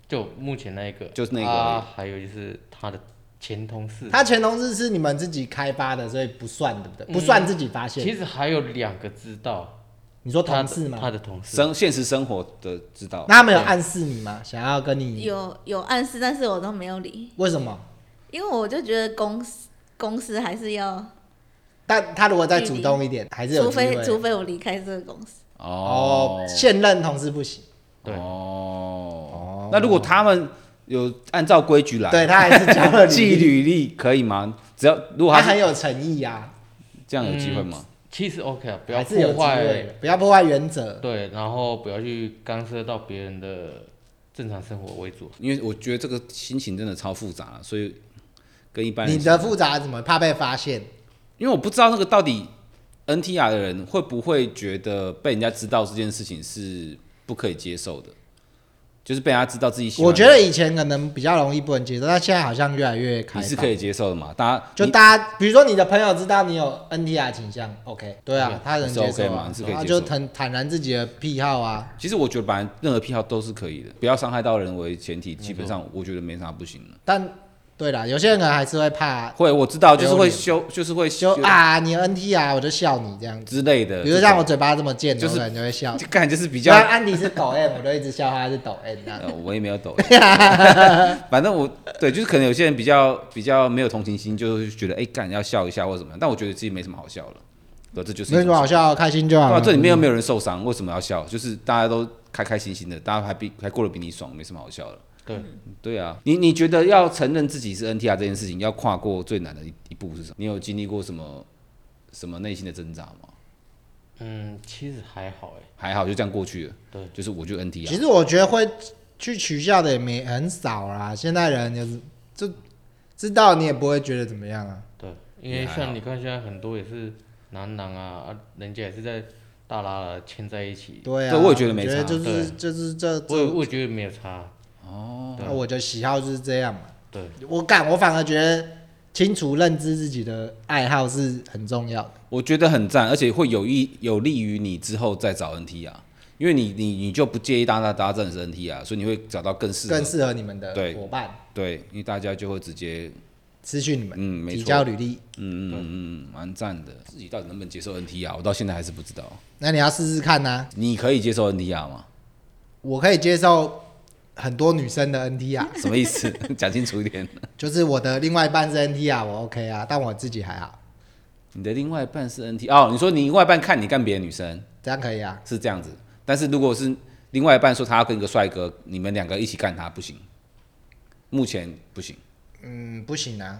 S4: 就目前那一个，
S2: 就是那个而已
S4: 啊，还有就是他的前同事，
S3: 他前同事是你们自己开发的，所以不算，对不对？不算自己发现。
S4: 嗯其实还有两个知道，
S3: 你说
S4: 他
S3: 同
S4: 的
S3: 事吗？
S4: 他的同事，
S2: 生现实生活的知道
S3: 那他们有暗示你吗？想要跟你？
S5: 有有暗示，但是我都没有理，
S3: 为什么？
S5: 因为我就觉得公司公司还是要，
S3: 但他如果再主动一点，还是有
S5: 除
S3: 机会啊
S5: 非。除非我离开这个公司，
S3: 哦，现任同事不行，
S4: 对
S2: 哦，那如果他们有按照规矩来，
S3: 对
S2: (laughs)
S3: 他还是交了
S2: 寄
S3: 纪
S2: 履
S3: 律，
S2: 历可以吗？只要如果
S3: 他
S2: 他
S3: 很
S2: 是
S3: 有诚意啊，
S2: 这样有机会吗？
S4: 其实 OK 啊，不要
S3: 还是有
S4: 破
S3: 机会
S4: 坏
S3: 的，，不要破坏原则。
S4: 对，然后不要去干涉到别人的正常生活为主。
S2: 因为我觉得这个心情真的超复杂了，所以跟一般人
S3: 你的复杂是什么？怕被发现。
S2: 因为我不知道那个到底 NTR 的人会不会觉得被人家知道这件事情是不可以接受的，就是被人家知道自己喜欢。
S3: 我觉得以前可能比较容易不能接受，但现在好像越来越开
S2: 你
S3: 放。
S2: 是可以接受的嘛，大家
S3: 就
S2: 你
S3: 大家，比如说你的朋友知道你有 NTR 倾向，OK，对啊
S4: OK，，
S3: 他能
S2: 是
S3: 接
S2: OK
S3: 受
S2: 嘛
S3: 啊
S2: 你是可以接受
S3: 然后就坦坦然自己的癖好啊，
S2: 其实我觉得，本来任何癖好都是可以的，不要伤害到人为前提，基本上我觉得没啥不行的。
S3: 但对啦，有些人可能还是会怕，
S2: 会，我知道，就是
S3: 丢
S2: 会
S3: 脸
S2: 修，就是会
S3: 就
S2: 修
S3: 啊，你 NTR 我就笑你这样子，
S2: 之类的。
S3: 比如像我嘴巴这么贱，
S2: 就是
S3: 有人就会笑
S2: 这种，。就感觉是比
S3: 比
S2: 较，
S3: 安迪是抖 M，我就一直笑他是抖 M 这样
S2: 呃，我也没有抖。 (laughs)
S3: (laughs)
S2: 反正我对，就是可能有些人比较比较没有同情心，就是觉得哎干要笑一下或者怎么样，但我觉得自己没什么好笑了。对，这就是一
S3: 没什么
S2: 种
S3: 好笑，嗯开心就好
S2: 对啊，
S3: 了。
S2: 这里面又没有人受伤，为什么要笑？就是大家都开开心心的，大家还比还过得比你爽，没什么好笑的。
S4: 对，
S3: 嗯
S2: 对啊，你你觉得要承认自己是 NTR 这件事情，要跨过最难的一一步是什么？你有经历过什么什么内心的挣扎吗？
S4: 嗯，其实还好哎，
S2: 还好就这样过去了。
S4: 对
S2: 就是我就
S3: 其
S2: NTR。
S3: 实我觉得会去取笑的也没很少啦，现在人就是就知道你也不会觉得怎么样啊。
S4: 对，因
S2: 也
S4: 为
S2: 还好
S4: 像你看现在很多也是男男啊，啊，人家也是在大拉拉牵在一起，
S3: 对啊，
S2: 对我也觉得没差
S3: 就是就是这
S4: 我也
S3: 这，
S4: 我也觉得没有差，哦，
S3: 那我的喜好就是这样嘛。
S4: 对
S3: 我感我反而觉得清楚认知自己的爱好是很重要的。
S2: 我觉得很赞，而且会有益有利于你之后再找 NTR，因为你你你就不介意大家大家真的是 NTR，所以你会找到更适合
S3: 更适合你们的
S2: 对
S3: 伙伴，
S2: 对，因为大家就会直接
S3: 私讯你们，
S2: 嗯没错
S3: 提交履历。
S2: 嗯嗯嗯嗯蛮赞的。自己到底能不能接受 NTR，我到现在还是不知道。
S3: 那你要试试看呐、啊
S2: 你可以接受 NTR 吗？
S3: 我可以接受很多女生的 NT 啊，
S2: 什么意
S3: (laughs)
S2: 思？讲清楚一点。
S3: 就是我的另外一半是 NT 啊，我 OK 啊，但我自己还好，
S2: 你的另外一半是 NT 哦，你说你另外一半看你干别的女生
S3: 这样可以啊。
S2: 是这样子，但是如果是另外一半说他要跟一个帅哥，你们两个一起干他不行，目前不行。
S3: 嗯，不行啊，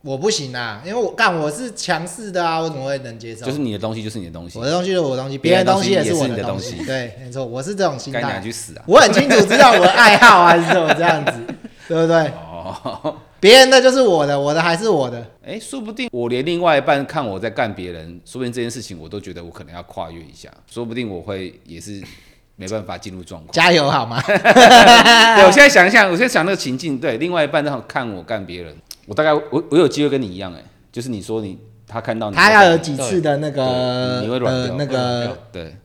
S3: 我不行啊，因为我干我是强势的啊，我怎么会能接受？
S2: 就是你的东西就是你的东西
S3: 我，的东西就是我的东西，
S2: 别人
S3: 人
S2: 的
S3: 东西
S2: 东西
S3: 是
S2: 也是
S3: 我
S2: 你的
S3: 东
S2: 东西
S3: 对，没错，我是这种心
S2: 该你
S3: 态
S2: 去。死啊！
S3: 我很清楚知道我的爱好啊是怎么这样
S2: (laughs)
S3: 子，对不对？
S2: 哦，
S3: 别人的就是我的，我的还是我的。
S2: 哎，说不定我连另外一半看我在干别人，说不定这件事情我都觉得我可能要跨越一下，说不定我会也是没办法进入状况。
S3: (laughs) 加油好
S2: (laughs)
S3: 吗？哎
S2: 对，我现在想一想，我现在想那个情境，对，另外一半在看我干别人，我大概我我有机会跟你一样、哎，就是你说你他看到你，
S3: 他要有几次的那个
S2: 对你会软
S3: 呃
S2: 掉
S3: 那个
S2: 对，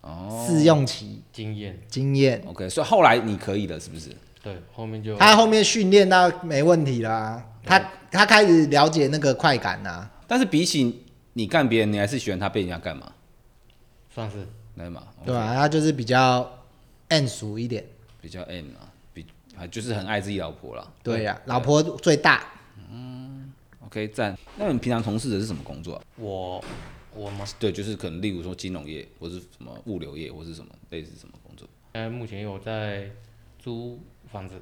S2: 哦，
S3: 试用期
S4: 经验，
S3: 经验，
S2: OK，所以后来你可以了，是不是？
S4: 对，后面就
S3: 他后面训练到没问题啦、他他开始了解那个快感啊啦、
S2: 但是比起你干别人，你还是喜欢他被人家干嘛？
S4: 算是
S2: 来嘛，
S3: 对吧、他就是比较暗熟一点，
S2: 比较 M 啊，比啊就是很爱自己老婆啦。
S3: 对呀、老婆最大，
S2: OK，赞。那你平常从事的是什么工作、啊？
S4: 我我吗？
S2: 对，就是可能例如说金融业，或是什么物流业，或是什么类似什么工作。
S4: 现在目前有在租房子，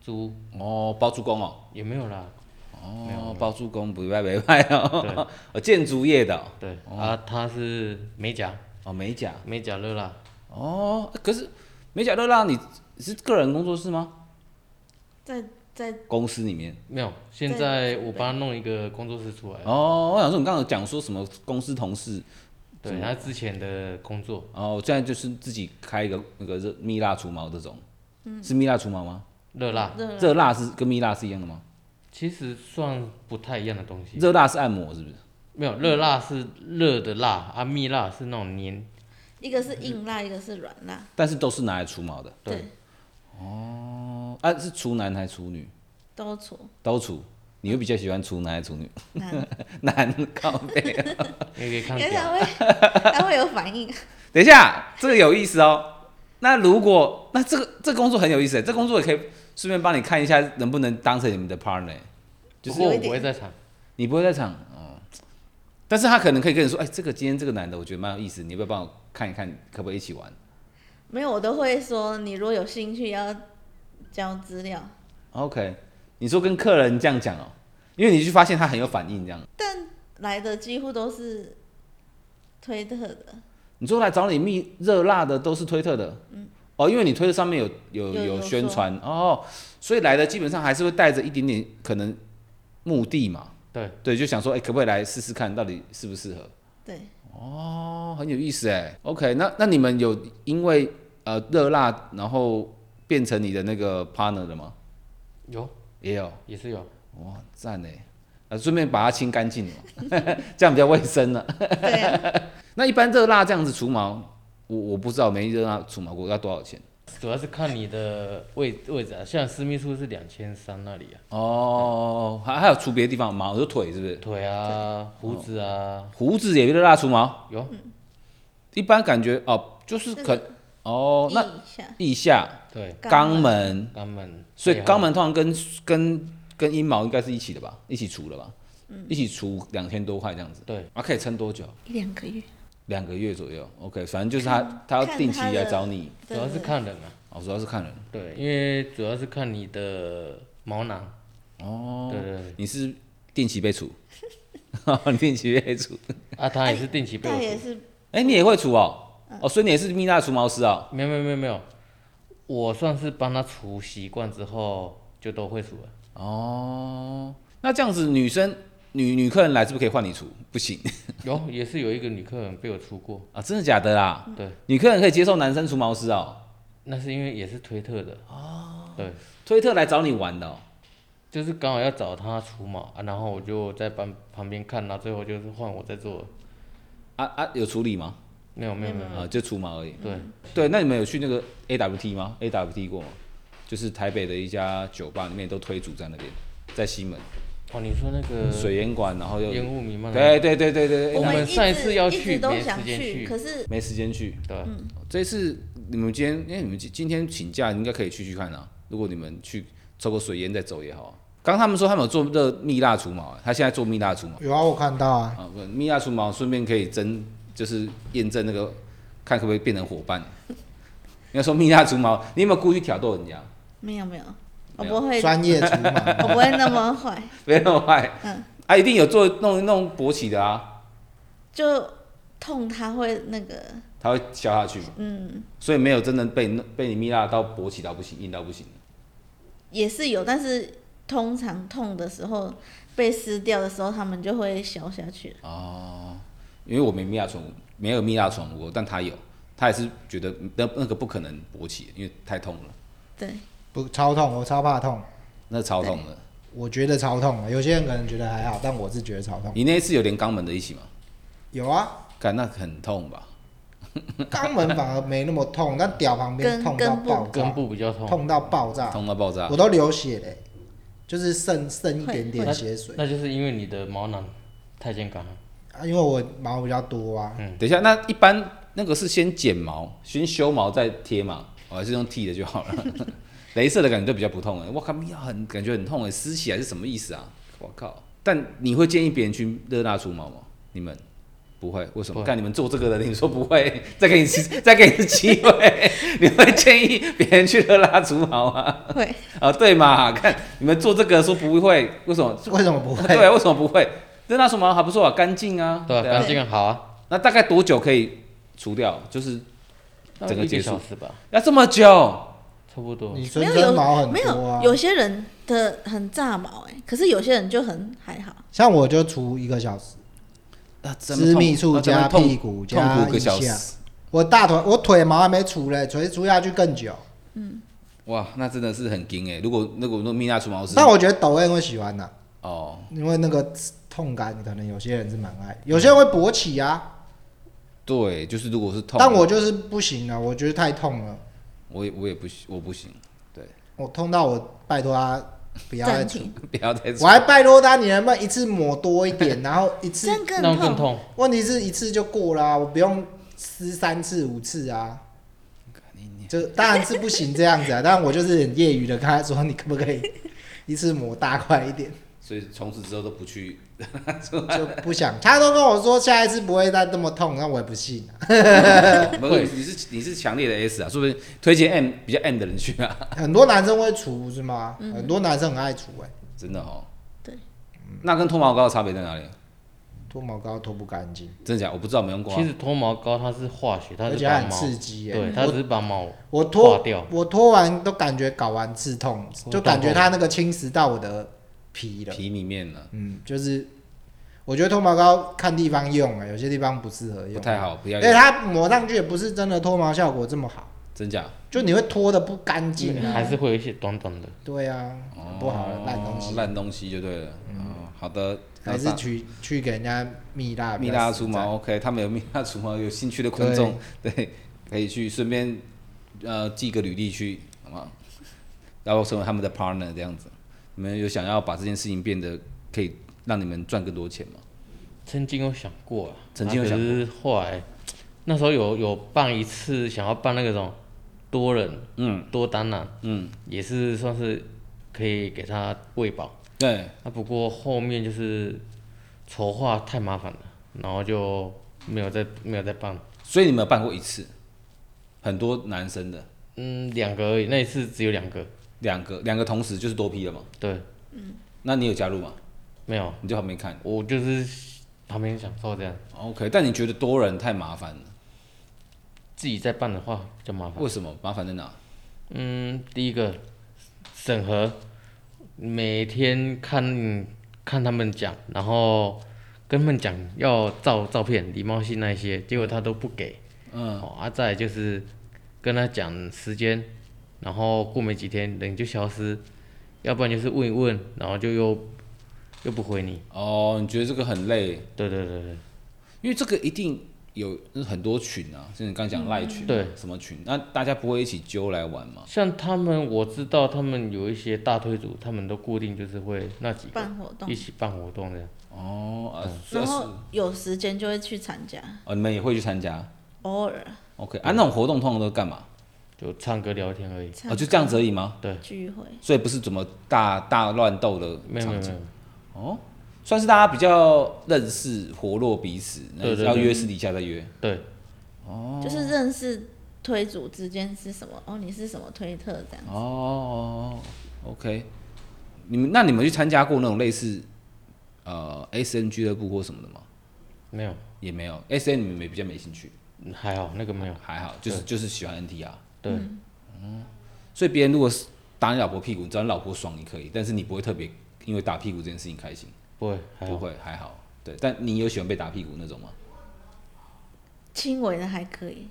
S4: 租
S2: 哦，包租公哦。
S4: 也没有啦，
S2: 哦，包租公不拜不拜
S4: 对
S2: 哦， (laughs) 哦，建筑业的哦
S4: 对啊，他是美甲，
S2: 哦，美甲
S4: 美甲乐啦，
S2: 哦，可是美甲都让你是个人工作室吗？
S5: 在在
S2: 公司里面
S4: 没有，现在我帮他弄一个工作室出来，
S2: 哦，我想说你刚刚有讲说什么公司同事
S4: 对他之前的工作，
S2: 哦，我现在就是自己开一个那个热蜜蜡除毛这种，是蜜蜡除毛吗？
S4: 热辣
S5: 热了
S2: 热蜡是跟蜜蜡是一样的吗？
S4: 其实算不太一样的东西，
S2: 热蜡是按摩是不是？
S4: 没有热辣是热的辣，啊蜜辣是那种
S5: (laughs)
S4: 黏，
S5: 一个是硬辣，一个是软辣，
S2: 但是都是拿来除毛的
S4: 对
S5: 对，
S2: 哦，啊是除男还是除女？
S5: 都除。
S2: 都除，你会比较喜欢除男还是除女？
S5: 男
S2: (laughs) 男靠背。
S4: 你也可以看
S5: 因为
S4: 表，
S5: 他会他会有反应，
S2: 等一下，这个有意思哦。那如果那这个这个工作很有意思，这工作也可以顺便帮你看一下能不能当成你们的 partner，就欸
S4: 不
S2: 是
S4: 过我
S5: 有一点
S4: 不会在场，
S2: 你不会在场哦。但是他可能可以跟你说，哎，这个今天这个男的我觉得蛮有意思，你要不要帮我看一看，可不可以一起玩
S5: 没有我都会说，你如果有兴趣要交资料，
S2: ？OK，你说跟客人这样讲哦，因为你去发现他很有反应这样。
S5: 来的几乎都是推特的，
S2: 你说来找你蜜热辣的都是推特的，哦，因为你推特上面有有
S5: 嗯有有
S2: 宣传哦，所以来的基本上还是会带着一点点可能目的嘛，
S4: 对，
S2: 对，就想说，哎、可不可以来试试看，到底适不适合？
S5: 对，
S2: 哦，很有意思哎。OK，那那你们有因为呃热辣然后变成你的那个 partner 的吗？
S4: 有
S2: 也有，
S4: 也是有，
S2: 哇，赞哎！啊，顺便把它清干净哦， (laughs) 这样比较卫生了、
S5: 对啊，
S2: (laughs) 那一般热辣这样子除毛，我我不知道没热辣除毛过，要多少钱？
S4: 主要是看你的位位置啊，像私密处是两千三那里啊，
S2: 哦，还还有除别的地方毛，有腿是不是？
S4: 腿啊、胡子啊，
S2: 胡子也热辣除毛，
S5: 哦
S4: 有
S5: 嗯
S2: 一般感觉哦，就是
S5: 这
S2: 可哦，那
S5: 一下
S2: 腋下、
S4: 对
S2: 肛
S5: 门
S2: 门。
S4: 肛门，
S2: 所以
S4: 背后
S2: 肛门通常跟跟跟阴毛应该是一起的吧，一起除的吧，
S5: 嗯
S2: 一起除两千多块这样子。
S4: 对，
S2: 啊，可以撑多久？
S5: 一两个月，
S2: 两个月左右。OK，反正就是他他要
S5: 看
S2: 定期
S5: 他
S2: 来
S5: 的
S2: 找你。
S4: 主要是
S5: 对
S4: 看人啊，
S2: 哦，主要是看人。
S4: 对，因为主要是看你的毛囊，
S2: 哦，
S4: 对对对，
S2: 你是定期被
S5: (laughs)
S2: 除，哦你定期被除。
S4: 啊，他也是定期被
S5: 他
S4: 我
S5: 也
S4: 除，
S5: 是
S2: 哎、你也会除哦？
S5: 嗯
S2: 哦，所以你也是蜜蜡除毛师哦。
S4: 没有没有没有没有，我算是帮他除习惯之后就都会除了，
S2: 哦，那这样子女生女女客人来是不是可以换你除？不行 (laughs)
S4: 有也是有一个女客人被我除过，
S2: 啊，真的假的啦？
S4: 对，
S2: 女客人可以接受男生除毛师哦。
S4: 那是因为也是推特的哦，对，
S2: 推特来找你玩的、哦。
S4: 就是刚好要找他除毛啊，然后我就在旁旁边看，然后最后就是换我在做了，
S2: 啊啊，有处理吗？
S4: 没有没有没有，嗯
S2: 啊，就除毛而已。
S4: 对，
S2: 对，那你们有去那个 AWT 吗？AWT 过吗？就是台北的一家酒吧，里面都推主在那边，在西门
S4: 哦，你说那
S3: 嗯
S4: 个
S2: 水烟馆，然后又
S4: 烟雾弥漫，
S2: 对对对对对，
S4: 我
S2: 那
S4: 们
S5: 一直
S4: 上一次要
S5: 一
S4: 去
S5: 直都
S4: 没
S5: 想
S4: 时间去
S5: 可是
S4: 嗯
S2: 没时间去。
S4: 对，啊
S2: 这次你们今天，因为你们今今天请假，应该可以去去看啊。如果你们去抽个水烟再走也好啊。刚刚他们说他们有做热蜜蜡除毛，他现在做蜜蜡除毛
S3: 有啊，我看到啊，
S2: 啊，不蜜蜡除毛顺便可以增，就是验证那个看可不可以变成伙伴。你要说蜜蜡除毛，你有没有故意挑逗人家？
S5: 没有没有，我
S2: 没有
S5: 不会，
S3: 专业厨
S5: (laughs)
S3: 嘛，
S5: 我不会那么坏，
S2: 没那么坏，
S5: 嗯，
S2: 啊，一定有做弄弄勃起的啊，
S5: 就痛他会那个，
S2: 他会消下去嘛，
S5: 嗯，
S2: 所以没有真的被弄被你蜜蜡到勃起到不行，硬到不行。
S5: 也是有，但是通常痛的时候被撕掉的时候，他们就会消下去了。
S2: 因为我没蜜蜡床，没有蜜蜡床过，但他有，他也是觉得那那个不可能勃起，因为太痛了，
S5: 对，
S3: 不超痛，我超怕痛，
S2: 那超痛了。
S3: 我觉得超痛啊。有些人可能觉得还好，但我是觉得超痛。
S2: 你那一次有连肛门的一起吗？
S3: 有啊，
S2: 干，那很痛吧？
S3: 肛门反而没那么痛，但屌旁边
S5: 根
S3: 痛到
S5: 根部
S3: 爆
S4: 根
S3: 炸，
S4: 部比较痛，
S3: 痛到爆炸，
S2: 痛到爆炸
S3: 我。都流血嘞、就是渗渗一点
S4: 那
S3: 点血水
S4: 那就是因为你的毛囊太健康了。
S3: 啊，因为我毛比较多啊，
S2: 等一下，那一般那个是先剪毛，先修毛再贴嘛，我还是用剃的就好了。 (laughs) 镭射的感觉就比较不痛哎，我靠，蜜蜡很感觉很痛哎，撕起来是什么意思啊？我靠！但你会建议别人去热蜡除毛吗？你们不会？为什
S4: 不
S2: 么？
S4: 会
S2: 看你们做这个的，你说不会，再给你一 (laughs) 次再给你一次机会， (laughs) 你会建议别人去热蜡除毛吗？
S5: 会
S2: 啊，对嘛？看你们做这个说不会，为什么？
S3: 为什么不
S2: 对
S3: 会？
S2: 啊，为什么不会？热蜡除毛还不错啊，干净啊。
S4: 对啊，
S2: 啊
S4: 干净好啊，
S2: 那大概多久可以除掉？就是整个
S4: 一
S2: 结
S4: 个
S2: 束
S4: 小时吧，
S2: 要这么久？
S4: 差不多。
S3: 你
S5: 没
S3: 纯
S5: 有
S3: 真毛
S5: 有
S3: 很
S5: 没
S3: 多
S5: 有
S3: 啊，
S5: 有些人的很炸毛哎、可是有些人就很还好，
S3: 像我就除一个小时，
S2: 啊，
S3: 私密处
S2: 啊
S3: 加
S2: 痛
S3: 屁股加
S2: 痛苦个小
S3: 腋下
S2: 时，
S3: 我大腿我腿毛还没除嘞，除除下去更久。
S2: 哇，那真的是很惊哎！如果如果弄蜜蜡除毛师，
S3: 但我觉得抖 M 会喜欢呐、
S2: 哦，
S3: 因为那个痛感可能有些人是蛮爱，有些人会勃起啊，
S2: 对，就是如果是痛，
S3: 但我就是不行啊，我觉得太痛了，
S2: 我也我也不行，我不行， (laughs) 对，
S3: 我痛到我拜托他不要再
S5: 暂
S3: 除，
S5: 停，
S2: 不要再除
S3: 我还拜托他你能不能一次抹多一点，然后一次
S5: 这样更
S4: 那
S5: 痛，
S4: 种更痛，
S3: 问题是一次就过啦、我不用撕三次五次啊。就当然是不行这样子啊，但我就是很业余的跟他说，你可不可以一次磨大块一点？
S2: 所以从此之后都不去。
S3: 就不想，他都跟我说下一次不会再这么痛，那我也不信啊。 (laughs)
S2: 不是，你是你是强烈的 S 啊，是不是推荐 M 比较 M 的人去啊？ (laughs)
S3: 很多男生会除是吗？很多男生很爱除哎、
S2: 真的哦。
S5: 对。
S2: 那跟脱毛膏的差别在哪里？
S3: 脱毛膏脱不干净，
S2: 真的假的？我不知道，没用过、啊。
S4: 其实脱毛膏它是化学，它
S3: 而
S4: 是
S3: 且
S4: 把
S3: 它很
S4: 毛，
S3: 刺激哎、
S4: 对，它只是把毛
S3: 我
S4: 化
S3: 脱
S4: 掉。
S3: 我脱完都感觉搞完刺痛，
S4: 我
S3: 就感
S4: 懂
S3: 觉
S4: 了
S3: 它那个侵蚀到我的皮了。
S2: 皮里面了，
S3: 嗯，就是我觉得脱毛膏看地方用啊、有些地方不适合用，
S2: 不太。好，不要
S3: 而
S2: 用
S3: 且它抹上去也不是真的脱毛效果这么好，
S2: 真假？
S3: 就你会脱的不干净啊。
S4: 还是会有一些短短的，
S3: 对啊，很不好的烂东
S2: 哦
S3: 西，
S2: 烂东西就对了。哦，好的，
S3: 还是去去给人家蜜蜡比
S2: 蜜
S3: 较
S2: 蜡
S3: 实
S2: 除
S3: 在
S2: 毛，OK，他们有蜜蜡除毛，有兴趣的观众对，可以去顺便呃寄个履历去，好吗？然后成为他们的 partner 这样子。你们有想要把这件事情变得可以让你们赚更多钱吗？
S4: 曾经有想过啊，
S2: 曾经有想
S4: 啊可是后来那时候有有办一次，想要办那个种多人
S2: 嗯
S4: 多单啊，
S2: 嗯，
S4: 也是算是可以给他喂饱。
S2: 对，
S4: 那不过后面就是筹划太麻烦了，然后就没有再没有再办。
S2: 所以你们有办过一次，很多男生的
S4: 嗯，两个而已，那一次只有两个，
S2: 两个两个同时就是多批了嘛？
S4: 对，
S2: 那你有加入吗？
S4: 没有，
S2: 你就旁边看
S4: 我就是旁边享受这样，
S2: ，OK？但你觉得多人太麻烦了，
S4: 自己再办的话比较麻烦。
S2: 为什么？麻烦在哪？
S4: 嗯，第一个审核，每天看看他们讲，然后跟他们讲要照照片、礼貌性那一些，结果他都不给。
S2: 嗯，
S4: 哦，啊，再来就是跟他讲时间，然后过没几天人就消失，要不然就是问一问，然后就又又不回你。
S2: 哦，你觉得这个很累，
S4: 对对对对，
S2: 因为这个一定有很多群啊，像你刚讲赖群、
S4: 对，
S2: 什么群，那大家不会一起揪来玩嘛？
S4: 像他们我知道他们有一些大推组，他们都固定就是会那几个
S5: 办活动
S4: 一，起办活动这样。
S2: 哦，啊，
S5: 然
S2: 算是
S5: 后有时间就会去参加，
S2: 哦，你们也会去参加
S5: 偶尔
S2: ？OK，啊，那种活动通常都干嘛？
S4: 就唱歌聊天而已。
S5: 唱
S2: 哦，就这样子而已吗？
S4: 对，
S5: 聚会，
S2: 所以不是怎么大大乱斗的
S4: 没有没
S2: 场
S4: 有没
S2: 景
S4: 有，
S2: 哦，算是大家比较认识、活络彼此，那
S4: 对对
S2: 要
S4: 对
S2: 约私底下再约。
S4: 对
S3: 哦
S5: 就是认识推主之间是什么？哦，你是什么推特这样？
S2: 哦，OK，你们那你们去参加过那种类似呃 SN 俱乐部或什么的吗？
S4: 没有，
S2: 也没有，SN 你们没比较没兴趣，
S4: 嗯还好那个没有。
S2: 还好，就是就是喜欢 NTR，
S4: 对，
S2: 所以别人如果是打你老婆屁股，只要你老婆爽你可以，但是你不会特别因为打屁股这件事情开心，
S4: 不会还
S2: 不
S4: 好。
S2: 会还好。对，但你有喜欢被打屁股那种吗？
S5: 轻微的还可以，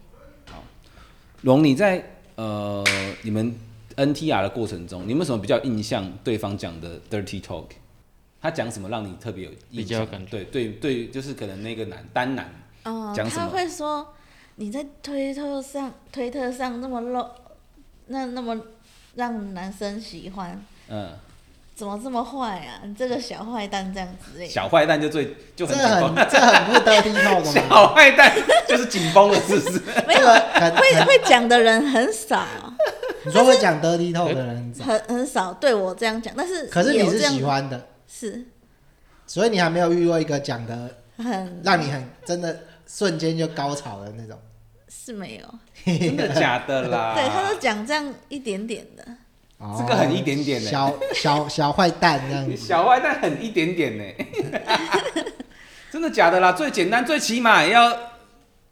S2: 龙，你在呃你们 NTR 的过程中，你有没有什么比较印象对方讲的 dirty talk？他讲什么让你特别有印象？
S4: 比较有感觉
S2: 对对对，就是可能那个男单男
S5: 哦，
S2: 讲什么
S5: 他会说你在推特上推特上那么露，那那么让男生喜欢，
S2: 嗯，
S5: 怎么这么坏啊？你这个小坏蛋这样之类的。
S2: 小坏蛋就最就
S3: 这
S2: 很紧绷
S3: 很，这很不得体透
S5: (laughs)
S3: 的
S2: (laughs)
S3: 嘛，
S2: 小坏蛋就是紧绷了，是不是？
S5: 没
S3: 这
S5: 有
S3: 个很
S5: 会
S3: 很，
S5: 会讲的人很少，
S3: 你说会讲得体透的人，
S5: 很很少对我这样讲，但是
S3: (laughs) 可是你
S5: 有
S3: 是
S5: 这样
S3: 喜欢的，
S5: 是
S3: 所以你还没有遇过一个讲的
S5: 很
S3: 让你很真的瞬间就高潮的那种。
S5: 是没有，
S2: (laughs) 真的假的 (laughs) 啦？
S5: 对，他都讲这样一点点的，
S2: 这个很一点点欸
S3: 哦小小小坏蛋这样子。
S2: 小坏蛋很一点点呢， (laughs) 真的假的啦？最简单最起码也要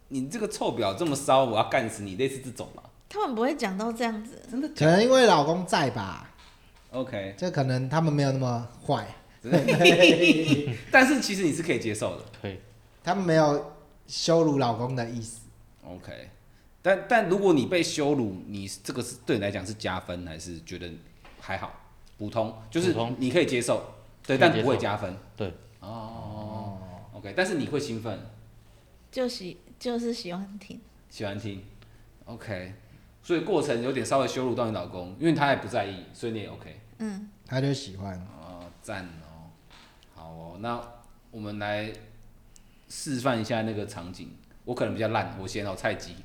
S2: 你这个臭婊这么骚，我要干死你，类似这种嘛？
S5: 他们不会嗯讲到这样子，
S2: 真的
S3: 可
S2: 假的
S3: 能因为老公在吧，
S2: (laughs) ？OK，
S3: 就可能他们没有那么坏，
S2: 但是其实你是可以接受的。
S4: 可以，
S3: 他们没有羞辱老公的意思。
S2: OK，但但如果你被羞辱，你这个是对你来讲是加分还是觉得还好普通？就是
S4: 普通
S2: 你可以接受，对，
S4: 可以
S2: 但
S4: 接
S2: 不会
S4: 受
S2: 加分。
S4: 对，
S2: 哦，OK，但是你会兴奋，
S5: 就喜就是喜欢听，
S2: 喜欢听，OK，所以过程有点稍微羞辱到你老公，因为他也不在意，所以你也 OK。
S5: 嗯，
S3: 他就喜欢，
S2: 哦，赞哦，好哦，那我们来示范一下那个场景。我可能比较烂，我先哦，菜鸡，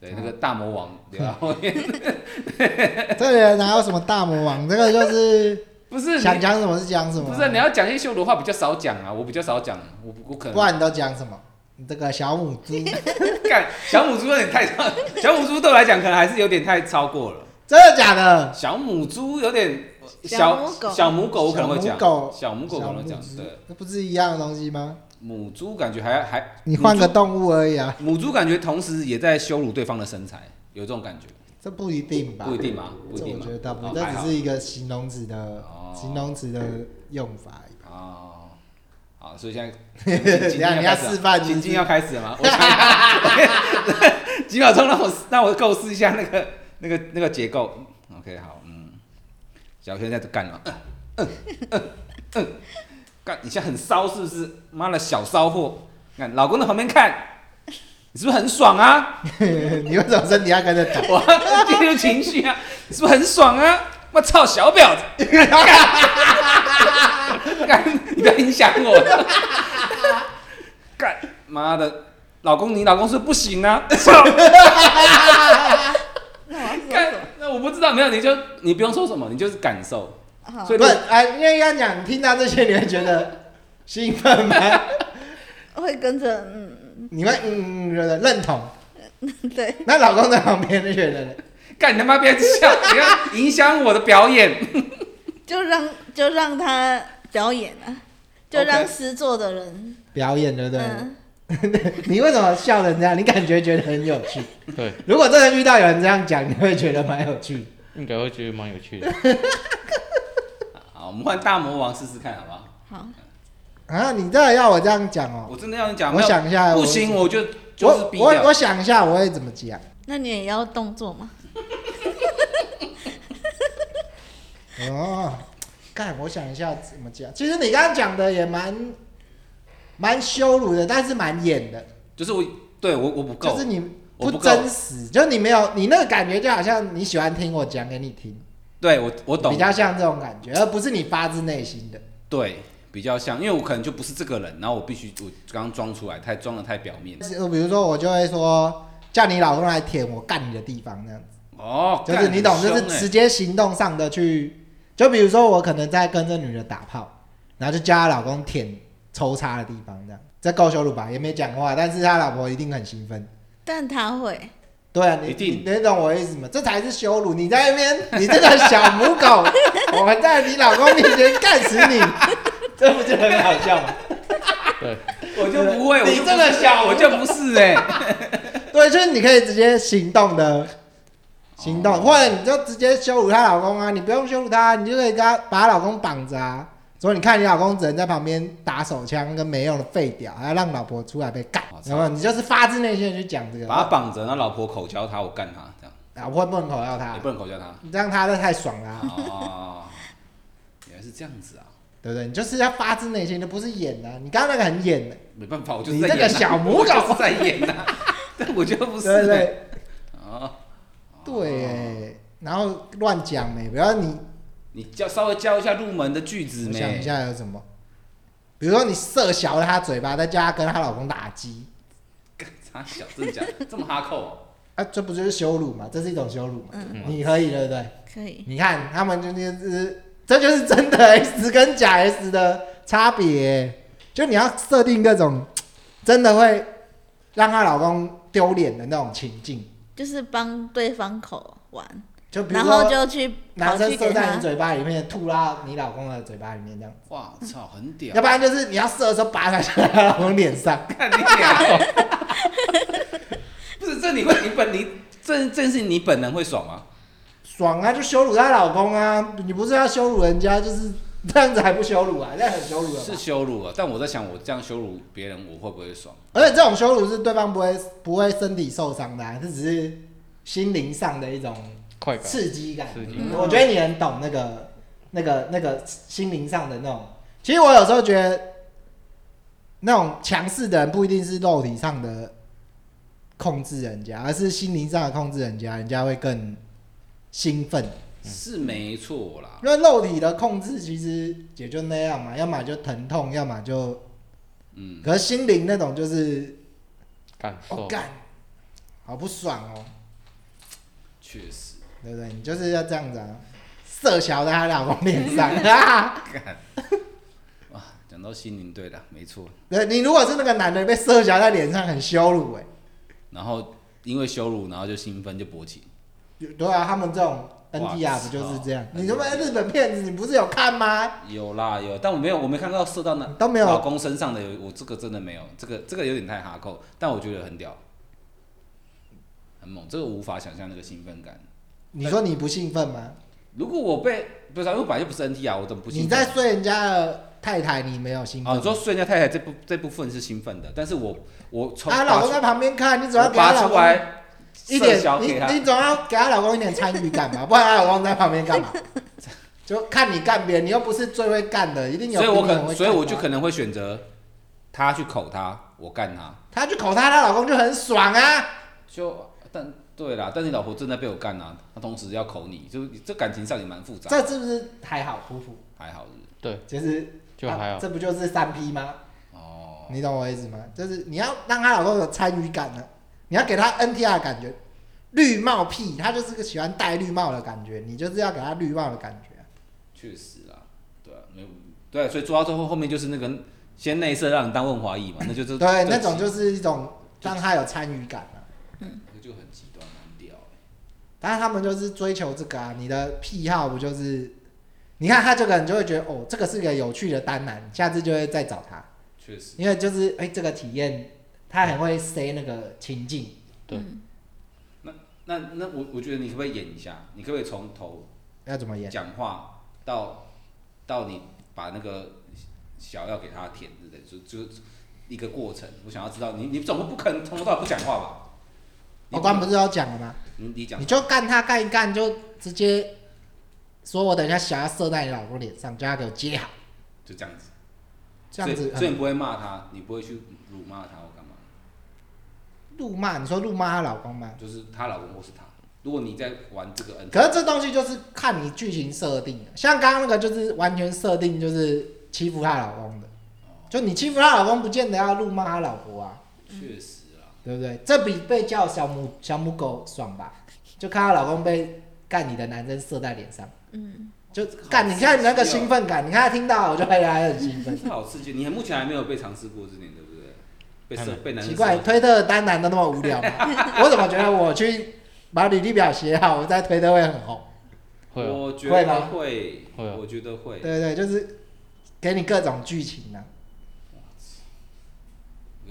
S2: 对，那个大魔王留 (laughs) 到后面，
S3: 这个人哪有什么大魔王？这个就是
S2: 不是你
S3: 想讲什么是讲什么
S2: 不，是，你要讲一些羞辱的话比较少讲啊，我比较少讲，我不我可
S3: 不
S2: 能
S3: 然你都讲什么？你这个小母猪，
S2: 干小母猪有点太超，小母猪对我来讲可能还是有点太超过了。
S3: 真的假的？
S2: 小母猪有点小
S5: 小母狗
S2: 小母狗我可能会
S3: 小母
S2: 讲，
S3: 狗，
S2: 小母狗可能会讲
S3: 小，母猪
S2: 对，
S3: 那不是一样的东西吗？
S2: 母猪感觉还还
S3: 你换个
S2: 母
S3: 动物而已啊，
S2: 猪母猪感觉同时也在羞辱对方的身材，有这种感觉，
S3: 这不一定吧？
S2: 不一定吗？不一
S3: 啊这
S2: 定
S3: 我
S2: 吗
S3: 觉得倒？不，
S2: 哦
S3: 这
S2: 还好
S3: 只是一个形容词的
S2: 哦
S3: 形容词的用法 (laughs) 而已。
S2: 哦，好，所以
S3: (laughs)
S2: 现在
S3: 等一
S2: 情
S3: 下
S2: 境要
S3: 你要
S2: 开始了
S3: 示范，
S2: 情
S3: 你
S2: 境要开始了
S3: (laughs)
S2: 吗？我想一下几秒钟让我让我构思一下那个那个那个结构。OK，好，嗯，小轩在这干了，嗯嗯嗯嗯，呃干，你现在很骚是不是？妈的小骚货，看老公在旁边看，你是不是很爽啊？
S3: 你为什么身体要跟着抖？
S2: 我进入情绪啊，你是不是很爽啊？我操，小婊子！ (laughs) 干，你不要影响我。干，妈的，老公，你老公说不行啊！ (laughs) 操，
S5: 那我要说
S2: 干
S5: 什，
S2: 那我不知道，没有，你就你不用说什么，你就是感受。
S5: 么？好
S2: 所，以
S3: 不是，哎，因为要讲，你听到这些你会觉得兴奋吗？ (laughs)
S5: 会跟着嗯，
S3: 你会嗯嗯嗯觉得认同？
S5: 嗯对，
S3: 那老公在旁边就觉得，
S2: 干你他妈别笑，你要影响我的表演。
S5: 就让就让他表演啊，就
S2: OK
S5: 让诗作的人，
S3: 表演对不对？
S5: 嗯，
S3: (laughs) 你为什么笑成这样？你感觉觉得很有趣？
S4: 对，
S3: 如果真的遇到有人这样讲，你会觉得蛮有趣。
S4: 应该会觉得蛮有
S3: (laughs)
S4: 趣的。
S2: 好，我们换大魔王试试看，好不好？
S5: 好，
S3: 啊，你真的要我这样讲哦、
S2: 我真的要你讲，
S3: 我
S2: 没有
S3: 想一下
S2: 不
S3: 我
S2: 行，我就就
S3: 我
S2: 是逼
S3: 我
S2: 掉
S3: 我。想一下，我会怎么啊讲？
S5: 那你也要动作嘛，
S3: 哦，干，我想一下怎么啊讲。其实你刚刚讲的也蛮蛮羞辱的，但是蛮演的，
S2: 就是我对我我不够，
S3: 就是你
S2: 我不够
S3: 真实，就是你没有你那个感觉，就好像你喜欢听我讲给你听，
S2: 对我我懂
S3: 比，较像这种感觉，而不是你发自内心的。
S2: 对，比较像，因为我可能就不是这个人，然后我必须我刚刚装出来，太装的太表面。
S3: 就比如说，我就会说叫你老公来舔我干你的地方那样子，欸
S2: 哦，
S3: 就是你懂，就是直
S2: 吃
S3: 接行动上的去，就比如说我可能在跟这女的打炮，然后就叫她老公舔抽插的地方，这样这够羞辱吧？也没讲话，但是她老婆一定很兴奋。
S5: 但他会，
S3: 对啊，你
S2: 一定
S3: 你你懂我意思吗？这才是羞辱！你在那边，你这个小母狗， (laughs) 我们在你老公面前干死你， (laughs) 这不就很好笑吗？
S4: 对，
S2: 我就不会，我
S3: 你
S2: 就不
S3: 这个
S2: 是
S3: 小
S2: 我就不是
S3: (laughs)
S2: 哎、
S3: 对，就是你可以直接行动的，
S2: 哦
S3: 行动，或者你就直接羞辱她老公啊，你不用羞辱她，你就可以跟她把她老公绑着啊。所以你看，你老公只能在旁边打手枪，跟没用的废屌，还要让老婆出来被干
S2: 哦我，操
S3: 然后你就是发自内心的去讲这个，
S2: (laughs) 把他绑着，让老婆口交他，我干他，这样
S3: 老婆不能口要他
S2: 也，不能口交他。
S3: 你这样他就太爽了啊、 (laughs)
S2: 哦，原来是这样子啊，
S3: 对不对？你就是要发自内心的，不是演的、你刚刚那个很演的、
S2: 没办法，我就是
S3: 你
S2: 在
S3: 这
S2: 演、啊。
S3: 个小
S2: (laughs)
S3: 母狗
S2: 我就是在演呐、啊，但我就不是、
S3: 对
S2: 欸。
S3: 不对？
S2: 哦，
S3: 对、欸，然后乱讲没，不要你
S2: 你教稍微教一下入门的句子
S3: 我想一
S2: 没？
S3: 下有什么，比如说你射小了她嘴巴，再叫她跟她老公打鸡，
S2: 傻小，真的假的？这么哈扣哦、
S3: 啊，这不就是羞辱吗？这是一种羞辱嘛？
S5: 嗯，
S3: 你可以对不对？
S5: 可以，
S3: 你看他们就是，这就是真的 S 跟假 S 的差别欸，就你要设定各种真的会让她老公丢脸的那种情境，
S5: 就是帮对方口玩，
S3: 就比如
S5: 然后
S3: 说
S5: 就去跑
S3: 男生
S5: 去
S3: 射
S5: 给
S3: 在
S5: 他
S3: 你，嘴巴里面，吐到你老公的嘴巴里面这样，
S2: 哇，我操，很屌！
S3: 要不然就是你要射的时候拔下去，她老公脸上。
S2: 看你俩，不是这你会你本你这这是你本人会爽吗？
S3: 爽啊，就羞辱她老公啊！你不是要羞辱人家，就是 (laughs) 这样子还不羞辱啊？这样很羞辱了吧
S2: 是？羞辱啊，但我在想，我这样羞辱别人，我会不会爽？
S3: 而且这种羞辱是对方不会不会身体受伤的、啊，这只是心灵上的一种
S4: 快感，
S3: 刺激感。
S4: 刺激
S2: 嗯
S5: 感
S3: 我觉得你很懂那个那个那个心灵上的那种。其实我有时候觉得，那种强势的人不一定是肉体上的控制人家，而是心灵上的控制人家，人家会更兴奋。
S2: 是没错啦，
S3: 因为肉体的控制其实也就那样嘛，要么就疼痛，要么就……
S2: 嗯，
S3: 可是心灵那种就是，
S4: 感
S3: 我、哦、
S4: 受，
S3: 干，好不爽哦，
S2: 确实。
S3: 对不对？你就是要这样子啊，射小在她老公脸上 (laughs) 啊！
S2: 干，哇，讲到心灵，对了，没错。
S3: 对，你如果是那个男的被射小在脸上，很羞辱哎、
S2: 然后因为羞辱，然后就兴奋就勃起，
S3: 对啊，他们这种 NTR
S2: 哇
S3: 不就是这样？
S2: 靠
S3: 你他妈日本片子，你不是有看吗？
S2: 有啦有，但我没有，我没看到射到那
S3: 都没有
S2: 老公身上的有，我这个真的没有，这个这个有点太哈扣，但我觉得很屌，很猛，这个无法想象那个兴奋感。
S3: 你说你不兴奋吗？
S2: 如果我被不是、啊，因为我本来就不是 NT 啊，我怎么不兴
S3: 你
S2: 奋？
S3: 在睡人家的太太，你没有兴
S2: 啊，
S3: 奋？
S2: 你说睡人家太太这部这部分是兴奋的，但是我我从
S3: 她老公
S2: 拔
S3: 在旁边看，你
S2: 出
S3: 只要
S2: 我
S3: 给她
S2: 拔
S3: 老
S2: 出
S3: 公
S2: 来
S3: 一
S2: 射
S3: 点
S2: 小，
S3: 你
S2: 给他
S3: 你总要给她老公一点参与感吧， (laughs) 不然她老公在旁边干
S2: (laughs)
S3: 嘛？就看你干别人，你又不是最会干的，一定有
S2: 所以我
S3: 比你很
S2: 可
S3: 会
S2: 所以
S3: 干
S2: 我
S3: 的
S2: 就可能会选择他去口他，我干他。
S3: 她去口她，她老公就很爽啊。
S2: 就但对啦，但你老婆正在被我干啊，她同时要口你，就是这感情上也蛮复杂，
S3: 这是不是还好夫妇？
S2: 还好是不是
S4: 对，
S3: 就是
S4: 就还
S3: 啊
S4: 好，
S3: 这不就是三 P 吗？
S2: 哦，
S3: 你懂我意思吗？就是你要让她老公有参与感呢、你要给她 NTR 的感觉，绿帽屁，她就是个喜欢戴绿帽的感觉，你就是要给她绿帽的感觉啊、
S2: 确实啦，对啊，没有对啊，所以做到最后后面就是那个先内射让你当问华裔嘛，那就是
S3: 对，那种
S2: 就
S3: 就是一种让她有参与感啊。
S2: 就很极端很屌欸、
S3: 但是他们就是追求这个啊，你的癖好不就是？你看他这个人就会觉得哦，这个是个有趣的单男，下次就会再找他，
S2: 确实
S3: 因为就是哎、这个体验他很会 say 那个情境，
S2: 那那我我觉得你可不可以演一下？你可不可以从头
S3: 要怎么演？
S2: 讲话到到你把那个小药给他舔，对不对？就就一个过程。我想要知道你你总不可能从头到尾不讲话吧？
S3: 我刚不是要讲了吗？
S2: 你你讲
S3: 哦你就干他干一干，就直接说我等一下想要射在你老公脸上，叫他给我接好，
S2: 就这样子，
S3: 这样
S2: 所
S3: 子
S2: 以所以你不会骂他，你不会去辱骂他或干嘛，
S3: 嗯怒骂。你说怒骂她老公吗？
S2: 就是她老公或是他。如果你在玩这个 N，
S3: 可是这东西就是看你剧情设定的，像刚刚那个就是完全设定就是欺负她老公的，就你欺负她老公，不见得要辱骂她老婆啊，
S2: 确实啦，
S3: 对不对？这比被叫小母小母狗爽吧？就看到老公被干你的男生射在脸上，
S5: 嗯，
S3: 就干你看你那个兴奋感，你看他听到我就哎呀很兴奋。
S2: 这好刺激！你还目前还没有被尝试过这点，对不对？被
S4: 还
S2: 射被男生
S3: 奇怪，
S2: 射
S3: 推特单男都那么无聊吗？ (laughs) 我怎么觉得我去把履历表写好，我在推特会很红？
S4: 会哦，
S2: 我觉
S3: 会
S2: 得
S3: 吗
S2: 会，
S4: 会啊
S2: 我觉得会。
S3: 对对，就是给你各种剧情啊。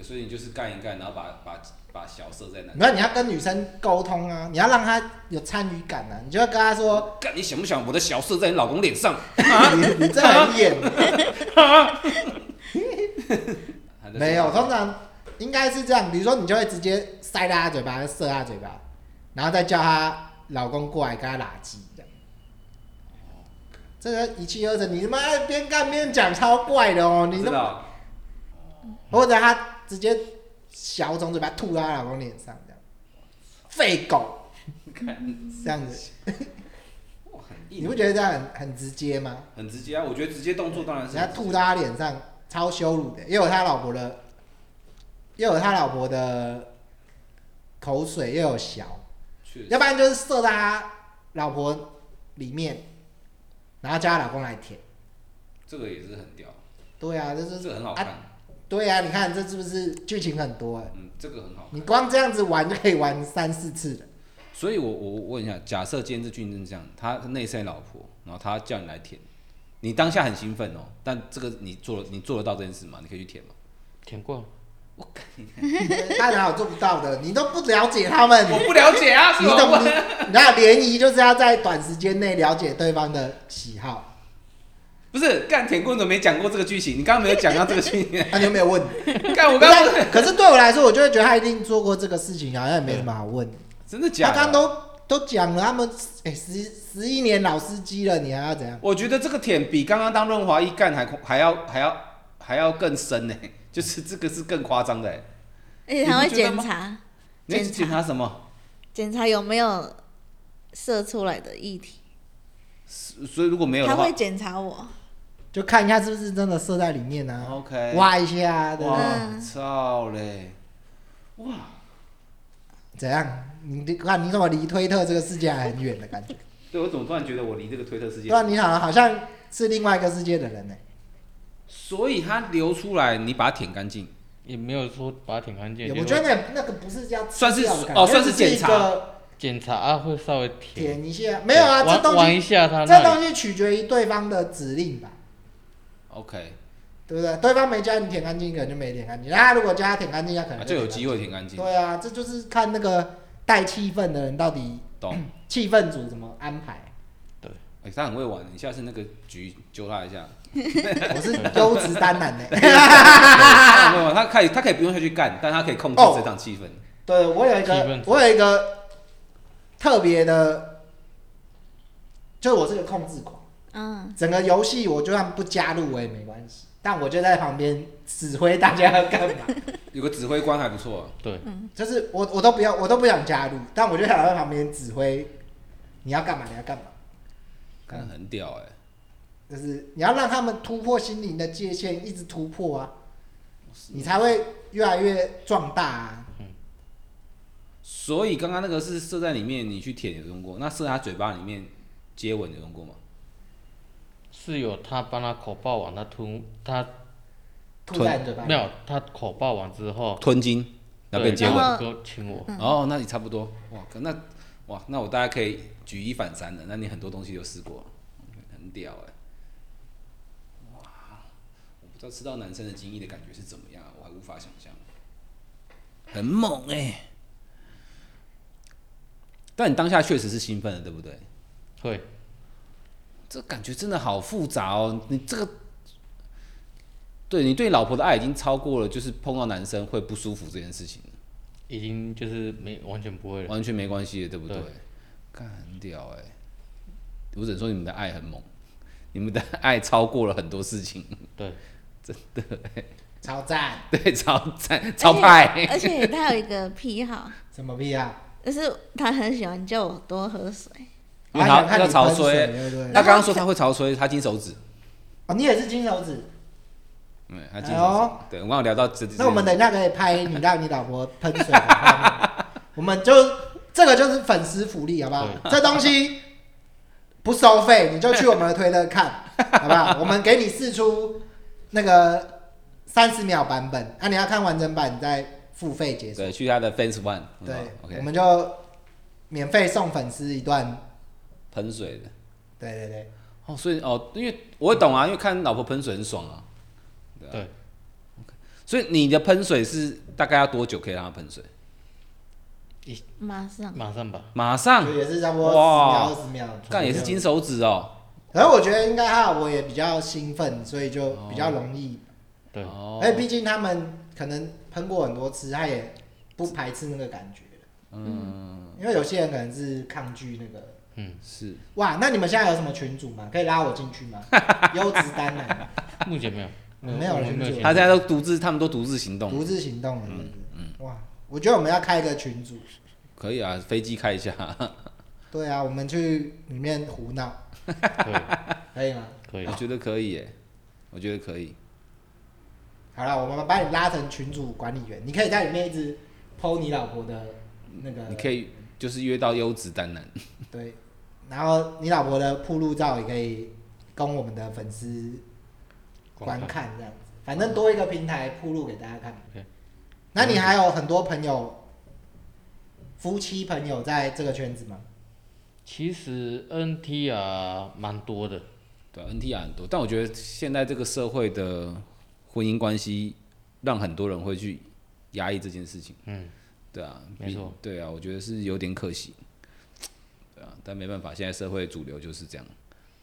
S2: 所以你就是干一干，然后把把把小射在那里。
S3: 然后你要跟女生沟通啊，你要让她有参与感啊，你就要跟她说，
S2: 干，你想不想我的小射在你老公脸上？
S3: 你你这很演，
S2: 还在说
S3: (laughs) 没有，
S2: 什么
S3: 通常应该是这样，比如说你就会直接塞她嘴巴，射她嘴巴，然后再叫她老公过来跟她拉鸡这样。这个一气呵成，你他妈边干边讲，超怪的哦！你
S2: 知
S3: 他妈
S2: 道？
S3: 或者她直接小从嘴巴吐到她老公脸上这样，废狗
S2: 看，
S3: 这样子，
S2: 哇，很硬，啊
S3: 你不觉得这样很很直接吗？
S2: 很直接啊？我觉得直接动作当然
S3: 人
S2: 是
S3: 家吐到他脸上，超羞辱的，又有他老婆的，又有他老婆的口水，又有小，
S2: 确实
S3: 要不然就是射到他老婆里面，然后叫她老公来舔。
S2: 这个也是很屌，
S3: 对啊，这是
S2: 这个很好
S3: 啊。
S2: 看，
S3: 对啊，你看这是不是剧情很多、欸？
S2: 嗯，这个很好看
S3: 你。光这样子玩就可以玩三四次了。
S2: 所以我我我问一下，假设今天这俊正这样，他内塞老婆，然后他叫你来舔，你当下很兴奋哦，但这个你做了，你做得到这件事吗？你可以去舔吗？
S4: 舔过，
S3: 他哪有做不到的？你都不了解他们，
S2: 我不了解啊，
S3: 你 (laughs) 懂你？你知道联谊就是要在短时间内了解对方的喜好。
S2: 不是干舔过你怎么没讲过这个剧情？你刚刚没有讲到这个剧
S3: (laughs)
S2: 情，
S3: 那、你有没有问？
S2: 干我
S3: 不
S2: 刚刚
S3: 是啊可是对我来说，我就会觉得他一定做过这个事情，好像也没什么好问。
S2: 真的
S3: 他
S2: 假
S3: 刚
S2: 的？
S3: 都都讲了，他们哎、十十一年老司机了，你还要怎样？
S2: 我觉得这个舔比刚刚当润滑液干还恐还要还要还要更深呢、 (laughs) 就是这个是更夸张的、欸。
S5: 而且他会
S2: 你不觉得
S5: 检
S2: 吗
S5: 查
S2: 你要
S5: 检查
S2: 检查什么？
S5: 检查有没有射出来的液体，
S2: 所以如果没有
S5: 他
S2: 的话
S5: 会检查我。
S3: 就看一下是不是真的射在里面啊
S2: ，OK，
S3: 挖一下啊，对不
S2: 哦
S3: 对？
S2: 哇
S5: 嗯，
S2: 操嘞，哇！
S3: 怎样？你
S2: (laughs)
S3: 你看你怎么离推特这个世界还很远的感觉？
S2: 对，我怎么突然觉得我离这个推特世界
S3: 对？啊，你好，好像是另外一个世界的人呢、
S2: 所以它流出来，你把它舔干净，
S4: 也没有说把它舔干净，
S3: 也我
S4: 就
S3: 觉
S4: 是
S3: 得那那个不是叫
S2: 算是
S3: 吃掉的感觉
S2: 哦算是检查
S3: 那只是一个
S4: 检查啊会稍微舔，
S3: 舔一下，没有啊，这
S4: 玩
S3: 东
S4: 玩一
S3: 西
S4: 下它
S3: 这
S4: 那里，
S3: 东西取决于对方的指令吧。
S2: OK，
S3: 对不对？对方没叫你舔干净，可能就没舔干净。啊他如果叫他舔干净，他可
S2: 啊
S3: 能
S2: 就有
S3: 舔干净
S2: 机会舔干净。
S3: 对啊，这就是看那个带气氛的人到底
S2: 懂？
S3: 气氛组怎么安
S2: (laughs)
S3: 排。
S2: 哎、他很会玩，你下次那个局揪他一下。
S3: 我是优质单男呢、
S2: (laughs) 他很会玩，他可以，他可以不用下去干，但他可以控制
S3: 哦
S2: 这场气氛。
S3: 对我有一
S4: 气氛
S3: 个，
S4: 组
S3: 我有一个特别的，就是我是个控制狂。
S5: 嗯，
S3: 整个游戏我就算不加入我也没关系，但我就在旁边指挥大家要干嘛。
S2: 有个指挥官还不错、啊，
S4: 对，
S3: 嗯就是我我都不要，我都不想加入，但我就想在旁边指挥你要干嘛，你要干嘛。
S2: 干得很屌哎、
S3: 就是你要让他们突破心灵的界限，一直突破啊，你才会越来越壮大啊。
S2: 所以刚刚那个是射在里面，你去舔有用过，那射在他嘴巴里面接吻有用过吗？
S4: 是有他帮他口爆完，他吞他
S3: 吐在你嘴巴里
S4: 没，有他口爆完之后，
S2: 吞金，然后被
S4: 对
S2: 你接吻
S5: 然。后
S4: 给我亲我，
S2: 哦，那你差不多。哇，可那哇，那我大概可以举一反三的。那你很多东西都试过，很屌哎、哇，我不知道吃到男生的精液的感觉是怎么样，我还无法想象。很猛哎、但你当下确实是兴奋的，对不对？
S4: 会
S2: 这感觉真的好复杂哦，你这个。对你对老婆的爱已经超过了，就是碰到男生会不舒服这件事情。
S4: 已经就是没完全不会了，
S2: 完全没关系的，对不对
S4: 对？
S2: 干很屌哎、我只能说你们的爱很猛，你们的爱超过了很多事情， (laughs)
S4: 对，
S3: 超赞，
S2: 对，超赞，超
S3: 呃
S2: 派，
S5: 而且他有一个癖好，
S3: 什么屁啊？
S5: 就是他很喜欢叫我多喝水。
S2: 因为他
S3: 他想看
S2: 要
S3: 你
S2: 潮
S3: 喷水，
S2: 吹。
S3: 对不对？
S2: 他刚刚说他会潮吹，他金手指，
S3: 哦，你也是金手指，
S2: 嗯，他金
S3: 哎
S2: 手
S3: 呦
S2: 指。对，我刚刚有聊到这，
S3: 那我们等一下可以拍你让你老婆喷水的画面，我们就这个就是粉丝福利，好不好？这东西不收费，你就去我们的推
S2: (laughs)
S3: 特看，好不好？我们给你试出那个三十秒版本，啊，你要看完整版，你再付费解锁。
S2: 对，去他的 Fans One，
S3: 对
S2: 嗯，，OK，
S3: 我们就免费送粉丝一段，
S2: 喷水的，
S3: 对对对。
S2: 哦，所以哦，因为我会懂啊，因为看老婆喷水很爽啊，对啊
S4: 对
S2: OK 所以你的喷水是大概要多久可以让他喷水？
S5: 马上
S4: 马上吧。
S2: 马上
S3: 就，也是差不多十
S2: 啊哇
S3: 秒二十秒。
S2: 干也是金手指哦，
S3: 可是我觉得应该还好，我也比较兴奋，所以就比较容易。
S4: 对
S2: 哦
S3: 而且哎毕竟他们可能喷过很多次，他也不排斥那个感觉。嗯，因为有些人可能是抗拒那个。
S2: 是
S3: 哇，那你们现在有什么群组吗？可以拉我进去吗？优质单男，
S4: 目 (laughs) 前没有，
S3: 没有
S4: 我
S3: 人
S4: 们没有
S3: 做
S4: 钱
S2: 他现在都独自，他们都独自行动，
S3: 独自行动了。嗯嗯。哇，我觉得我们要开一个群组。
S2: 可以啊，飞机开一下，
S3: 对啊，我们去里面胡闹，(laughs)
S4: 对，啊
S3: 可以吗？
S4: 可以
S2: 我。觉得可以耶，我觉得可以，
S3: 好了，我们把你拉成群主管理员，你可以在里面一直剖你老婆的那个，
S2: 你可以就是约到优质单男，
S3: 对，然后你老婆的铺路照也可以供我们的粉丝观看，这样子，反正多一个平台铺路给大家看
S4: OK。
S3: 那你还有很多朋友，夫妻朋友在这个圈子吗？
S4: 其实 NT 啊，蛮多的。
S2: 对啊，NTR 很多，但我觉得现在这个社会的婚姻关系，让很多人会去压抑这件事情。嗯，对啊，
S4: 没
S2: 比
S4: 错，
S2: 对啊，我觉得是有点可惜。对啊，但没办法，现在社会主流就是这样。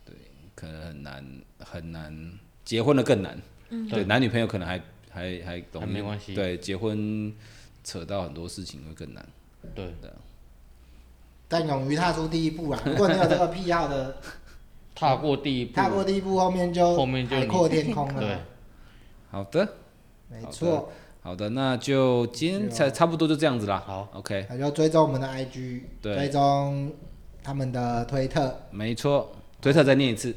S2: 对，可能很难很难，结婚的更难。嗯，对，
S4: 对
S2: 男女朋友可能还还还懂一点，
S4: 还没关系
S2: 对，结婚扯到很多事情会更难。
S4: 对，
S3: 但勇于踏出第一步
S4: (laughs)
S3: 啦！如果你有这个癖好的，
S4: 踏过第一步，
S3: 踏过第一步，后面就
S4: 后面就
S3: 海
S4: 你
S3: 阔天空
S4: 对
S3: 了。，
S2: 好的，
S3: 没
S2: 好的
S3: 错，
S2: 好的，那就今天才差不多就这样子啦。
S4: 啊好
S2: ，OK，
S3: 那就追踪我们的 IG，
S2: 对
S3: 追踪他们的推特。
S2: 没错，推特再念一次。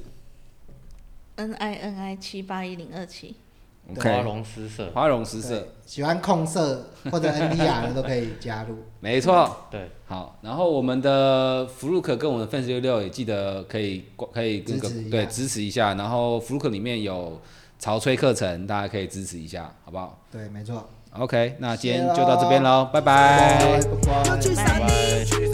S5: N I N I 七八一零二七，
S4: 花龙施舍，
S2: 花容失
S3: 对
S2: 色，，
S3: 喜欢控色或者 NDR 的都可以加入。
S2: 没错。
S4: 对，
S2: 好，然后我们的福禄可跟我们的 fans 六六也记得可以关可以跟
S3: 支
S2: 个
S3: 持一下
S2: 对支持一下，然后福禄可里面有潮吹课程，大家可以支持一下，好不好
S3: 对，没错。
S2: ？OK，那今天
S3: 谢咯
S2: 就到这边喽，拜拜
S3: 拜拜。
S1: 要去
S5: 拜
S1: 扫
S4: 拜
S1: 地，
S4: 拜。